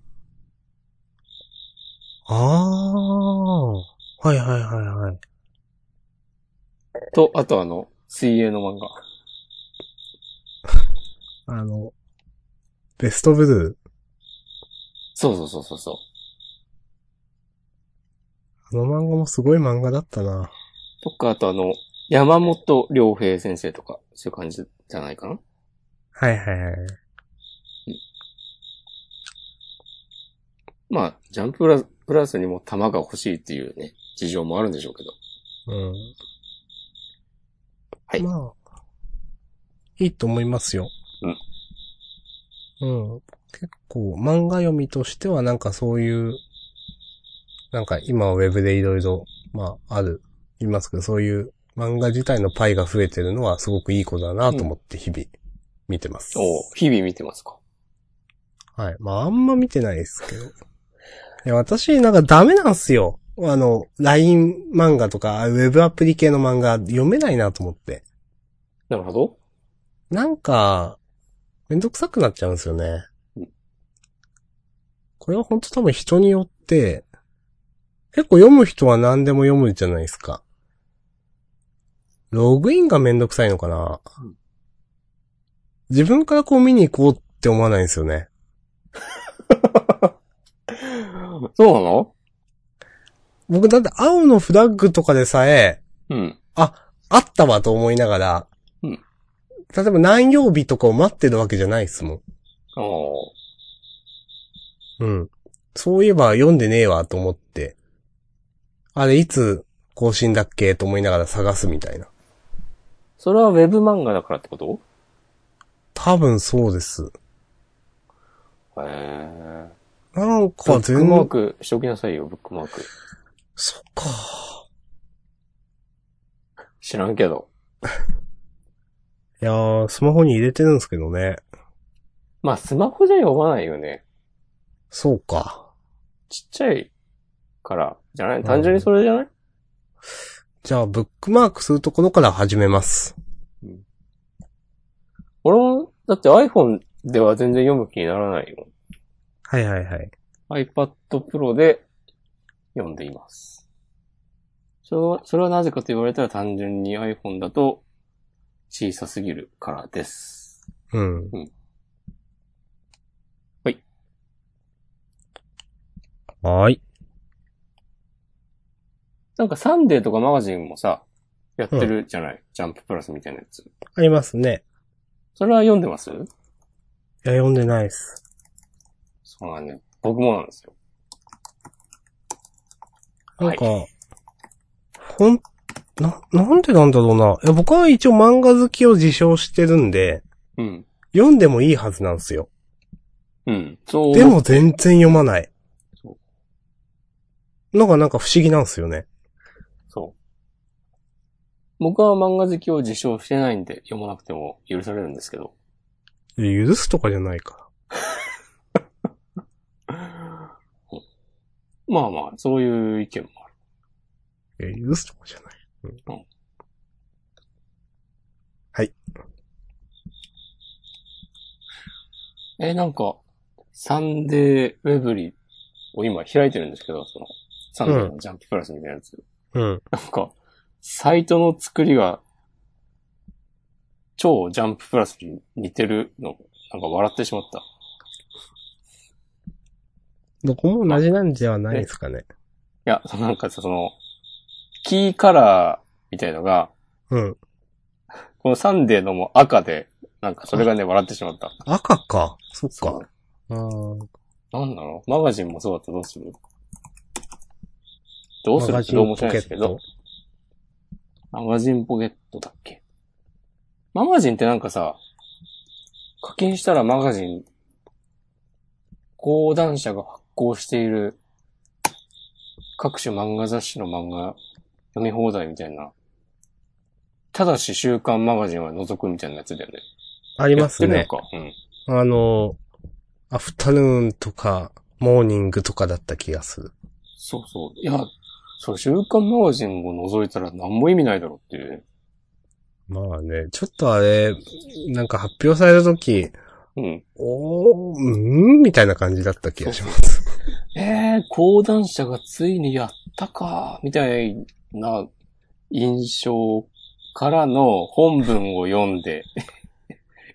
S2: ああ。はいはいはいはい。
S1: と、あとあの、水泳の漫画。
S2: あの、ベストブル
S1: そうそうそうそうそう。
S2: ー。あの漫画もすごい漫画だったな。
S1: とか、あとあの、山本良平先生とか、そういう感じじゃないかな
S2: はいはいはい。
S1: まあ、ジャンププラプラスにも弾が欲しいっていうね、事情もあるんでしょうけど。
S2: うん。
S1: はい
S2: まあ、いいと思いますよ。うん。結構、漫画読みとしてはなんかそういう、なんか今はウェブでいろいろ、まあ、ある、言いますけど、そういう漫画自体のパイが増えてるのはすごくいいことだなと思って日々見てます。
S1: おう日々見てますか
S2: はい。まあ、あんま見てないですけど。いや、私、なんかダメなんすよ。あの、LINE 漫画とか、ウェブアプリ系の漫画読めないなと思って。
S1: なるほど。
S2: なんか、めんどくさくなっちゃうんですよね
S1: うん。
S2: これは本当多分人によって、結構読む人は何でも読むじゃないですか。ログインがめんどくさいのかな
S1: うん
S2: 自分からこう見に行こうって思わないんですよね。
S1: そうなの
S2: 僕だって青のフラッグとかでさえ、
S1: うん。
S2: あったわと思いながら、
S1: うん
S2: 例えば何曜日とかを待ってるわけじゃないですもん。
S1: おう
S2: うん。そういえば読んでねえわと思って、あれいつ更新だっけと思いながら探すみたいな。
S1: それはウェブ漫画だからってこと
S2: 多分そうです。
S1: へえ。
S2: なん
S1: ブッ
S2: か
S1: クマー
S2: 全
S1: クしときなさいよ、ブックマーク。
S2: そっか。
S1: 知らんけど。
S2: いやー、スマホに入れてるんですけどね。
S1: まあ、スマホじゃ読まないよね。
S2: そうか。
S1: ちっちゃいから、じゃない
S2: ん
S1: 単純にそれじゃない、
S2: じゃあ、ブックマークするところから始めます。
S1: 俺も、だって iPhone では全然読む気にならないよ。
S2: はいはいはい。
S1: iPad Pro で読んでいます。それは、それはなぜかと言われたら単純に iPhone だと小さすぎるからです。
S2: うん。
S1: はい。
S2: はーい。
S1: なんかサンデーとかマガジンもさ、やってるじゃない、ジャンププラスみたいなやつ。
S2: ありますね。
S1: それは読んでます
S2: いや、読んでないっす。
S1: そうなんね。僕もなんですよ。
S2: なんか、ほん、な、なんでなんだろうな。いや、僕は一応漫画好きを自称してるんで、
S1: うん。
S2: 読んでもいいはずなんですよ。
S1: うん。そう。
S2: でも全然読まない
S1: そ。
S2: のがなんか不思議なんですよね。
S1: そう。僕は漫画好きを自称してないんで読まなくても許されるんですけど。
S2: いや許すとかじゃないか
S1: まあまあ、そういう意見もある。
S2: ら。いや許すとかじゃない。
S1: え、なんか、サンデーウェブリーを今開いてるんですけど、その、サンデーのジャンププラスみたいなやつ。
S2: うん。
S1: なんか、サイトの作りが、超ジャンププラスに似てるの、なんか笑ってしまった。
S2: どこも同じなんじゃないですかね。
S1: いや、そのなんかさその、キーカラーみたいのが、
S2: うん。
S1: このサンデーのも赤で、なんかそれがね、笑ってしまった。
S2: 赤か。そっ
S1: そ
S2: か
S1: う。
S2: あー
S1: なんだろうマガジンもそうだったらどうするどうする
S2: マガ
S1: って
S2: ジン
S1: どうもしないですけ
S2: ポ
S1: ど。マガジンポケットだっけマガジンってなんかさ、課金したらマガジン、講談社が発行している各種漫画雑誌の漫画読み放題みたいな。ただし週刊マガジンは除くみたいなやつだよね。
S2: あります
S1: やっ
S2: ね。
S1: てるのか。うん。
S2: あの、アフタヌーンとか、モーニングとかだった気がする。
S1: そうそう。いや、そう、週刊マガジンを除いたら何も意味ないだろうっていうね。
S2: まあね、ちょっとあれ、なんか発表された時、
S1: うん。
S2: おー、うんみたいな感じだった気がします。
S1: えー、講談社がついにやったか、みたいな印象からの本文を読んで、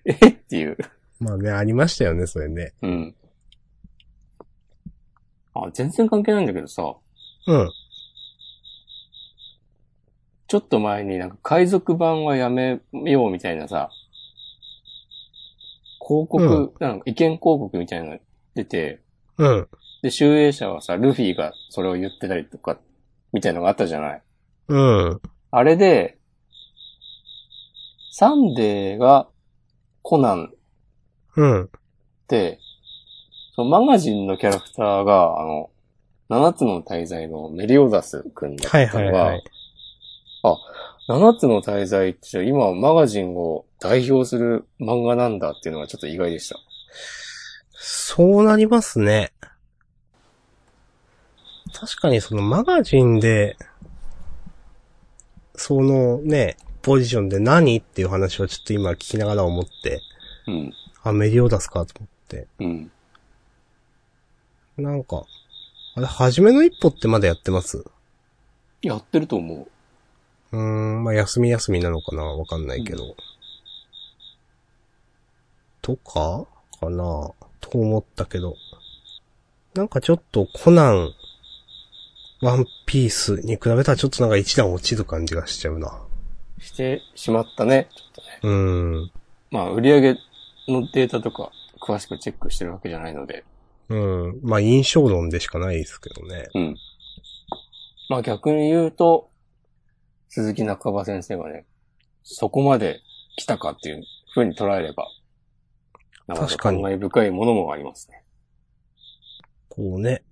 S1: えっていう。
S2: まあね、ありましたよね、それね。
S1: うん。あ、全然関係ないんだけどさ、
S2: うん。
S1: ちょっと前になんか海賊版はやめようみたいなさ、広告、
S2: うん
S1: なんか意見広告みたいなの出て、
S2: うん。
S1: で、集英社はさ、ルフィがそれを言ってたりとか、みたいなのがあったじゃない
S2: うん。
S1: あれで、サンデーがコナン
S2: うん。
S1: って、そのマガジンのキャラクターが、あの、七つの大罪のメリオダスくんだった
S2: は
S1: の
S2: い
S1: が、
S2: はいはい。
S1: 七つの大罪って今マガジンを代表する漫画なんだっていうのがちょっと意外でした。
S2: そうなりますね。確かにそのマガジンで、そのね、ポジションで何っていう話をちょっと今聞きながら思って、
S1: うん。
S2: あ、メリオダスかと思って。
S1: うん。
S2: なんか、あれ、初めの一歩ってまだやってます
S1: やってると思う。
S2: うーん、まあ、休み休みなのかなわかんないけど。とかかなと思ったけど。なんかちょっとコナン、ワンピースに比べたらちょっとなんか一段落ちる感じがしちゃうな。
S1: してしまったね。
S2: うーん。
S1: まあ、売り上げのデータとか詳しくチェックしてるわけじゃないので。
S2: うん。まあ、印象論でしかないですけどね。
S1: うん。まあ逆に言うと、鈴木中葉先生がね、そこまで来たかっていう風に捉えれば、なん
S2: 確かに
S1: 感慨深いものもありますね。
S2: こうね。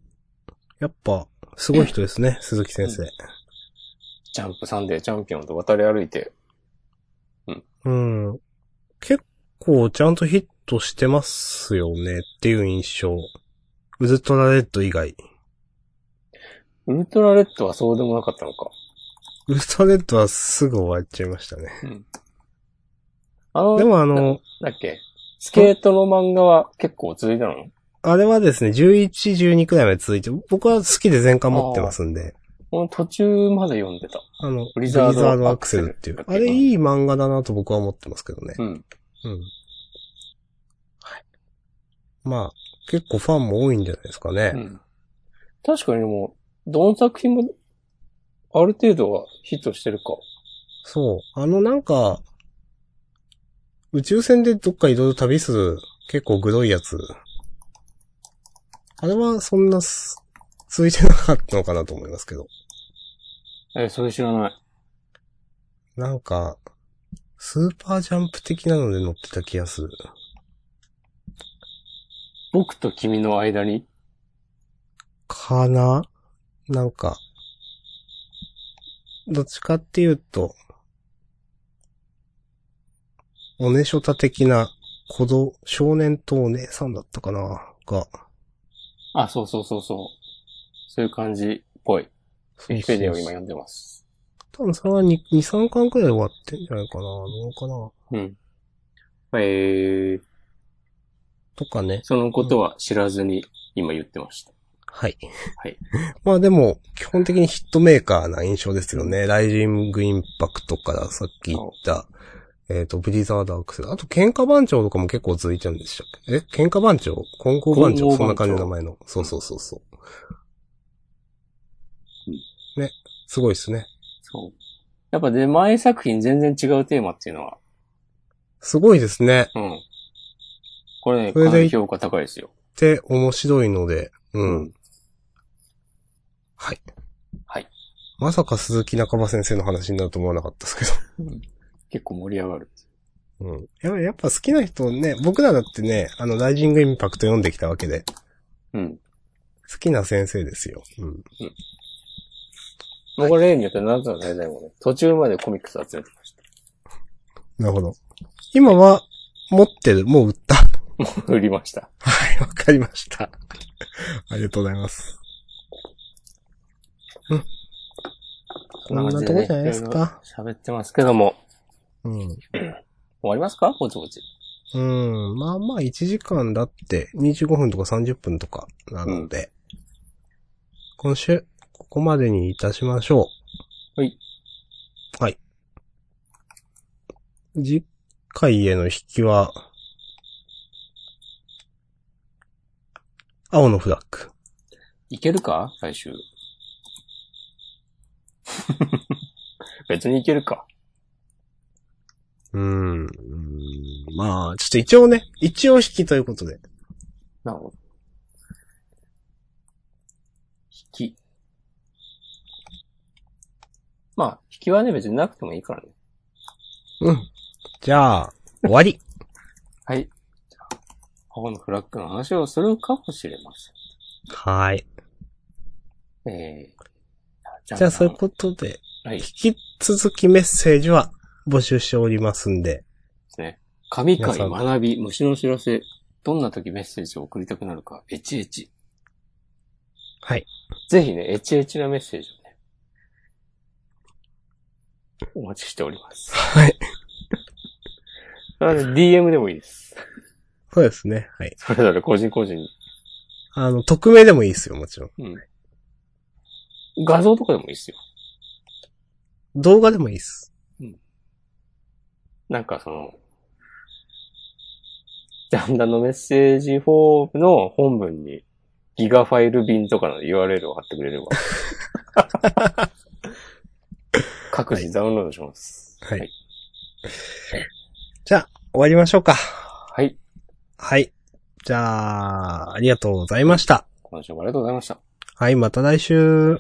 S2: やっぱ、すごい人ですね、鈴木先生。
S1: ジャンプサンデーチャンピオンと渡り歩いて、
S2: うん。結構ちゃんとヒットしてますよねっていう印象。ウルトラレッド以外。
S1: ウルトラレッドはそうでもなかったのか。
S2: ウルトラレッドはすぐ終わっちゃいましたね。
S1: あの、
S2: でもあ
S1: な
S2: の、
S1: だっけ、スケートの漫画は結構続いたの
S2: あれはですね、11、12くらいまで続いて、僕は好きで全巻持ってますんで、
S1: この途中まで読んでた。
S2: あの、
S1: ブ
S2: ブ
S1: リ
S2: リ
S1: ザ
S2: ザ
S1: ード
S2: ードアクセルってい
S1: ア
S2: う
S1: ク。セ
S2: あ
S1: ル
S2: れいい漫画だなと僕は思ってますけどね。
S1: うん。
S2: うん。はい。まあ、結構ファンも多いんじゃないですかね。
S1: うん。確かにもう、どの作品も、ある程度はヒットしてるか。
S2: そう。あのなんか、宇宙船でどっか移動旅する結構グロいやつ。あれはそんなす、続いてなかったのかなと思いますけど。
S1: え、それ知らない。
S2: なんか、スーパージャンプ的なので乗ってた気がする。
S1: 僕と君の間に、
S2: かななんか、どっちかっていうと、おねしょた的な子供、少年とお姉さんだったかなが、
S1: あ、そうそうそうそう。そういう感じっぽい。ウィキペディアを今読んでます。
S2: 多分それは 2, 2、3巻くらいで終わってんじゃないかなどうかな
S1: うん。えー、
S2: とかね。
S1: そのことは知らずに今言ってました。
S2: はい。
S1: はい。
S2: まあでも、基本的にヒットメーカーな印象ですよね。ライジングインパクトからさっき言った、えっ、と、ブリザードアクセル。あと、喧嘩番長とかも結構続いてるんでしたっけえ喧嘩番長混合番
S1: 混合番
S2: 長
S1: 長
S2: そんな感じの名前の。そうそうそうそう。ね。すごいですね。
S1: そう。やっぱ出前作品全然違うテーマっていうのは、
S2: すごいですね。
S1: うん。これね、
S2: それ
S1: か
S2: で
S1: なり評価高いですよ。
S2: って面白いので、うん。
S1: うん
S2: はい。
S1: はい。
S2: まさか鈴木中葉先生の話になると思わなかった ですけ
S1: 結構盛り上がる。
S2: ど。うん。やっぱやっぱ好きな人ね、僕らだってね、あの、ライジングインパクト読んできたわけで、
S1: うん。
S2: 好きな先生ですよ。うん。
S1: もうこれ例によって何とは大体もね、途中までコミックス集めてまし
S2: なるほど。今は、持ってる。もう売った。
S1: た。売りました。
S2: はい、 わかりました。ありがとうございます。うん。こんなとこじゃないですか。
S1: 喋ってますけども、
S2: うん。
S1: 終わりますかぼちぼち。
S2: うん。まあまあ、1時間だって、25分とか30分とかなので、今週、ここまでにいたしましょう。
S1: はい。
S2: はい。次回への引きは、青のフラッグ。
S1: いけるか最終。 別にいけるか。
S2: うん。うんまあ、ちょっと一応ね、一応引きということで。
S1: なるほど。引き。まあ、引きはね、別になくてもいいからね。
S2: うん。じゃあ、終わり。
S1: はい。じゃあ、青のフラッグの話をするかもしれませ
S2: はい。
S1: ん。えー、
S2: じゃあ、そういうことで、
S1: はい。で
S2: 引き続きメッセージは募集しておりますんで。
S1: すね。神回学び、虫の知らせ、どんな時メッセージを送りたくなるか、エチエチ。
S2: はい。
S1: ぜひね、エチエチなメッセージをね、お待ちしております。
S2: はい。
S1: な ので DM でもいいです。
S2: そうですね。はい。
S1: それぞれ個人個人に。
S2: あの、匿名でもいいですよ、もちろん。
S1: うん。画像とかでもいいですよ。
S2: 動画でもいいです。
S1: なんかその、ジャンダのメッセージフォームの本文にギガファイル便とかの URL を貼ってくれ れば。各自ダウンロードします。
S2: はい
S1: はい。
S2: じゃあ、終わりましょうか。
S1: はい。
S2: はい。じゃあ、ありがとうございました。
S1: 今週もありがとうございました。
S2: はい、また来週。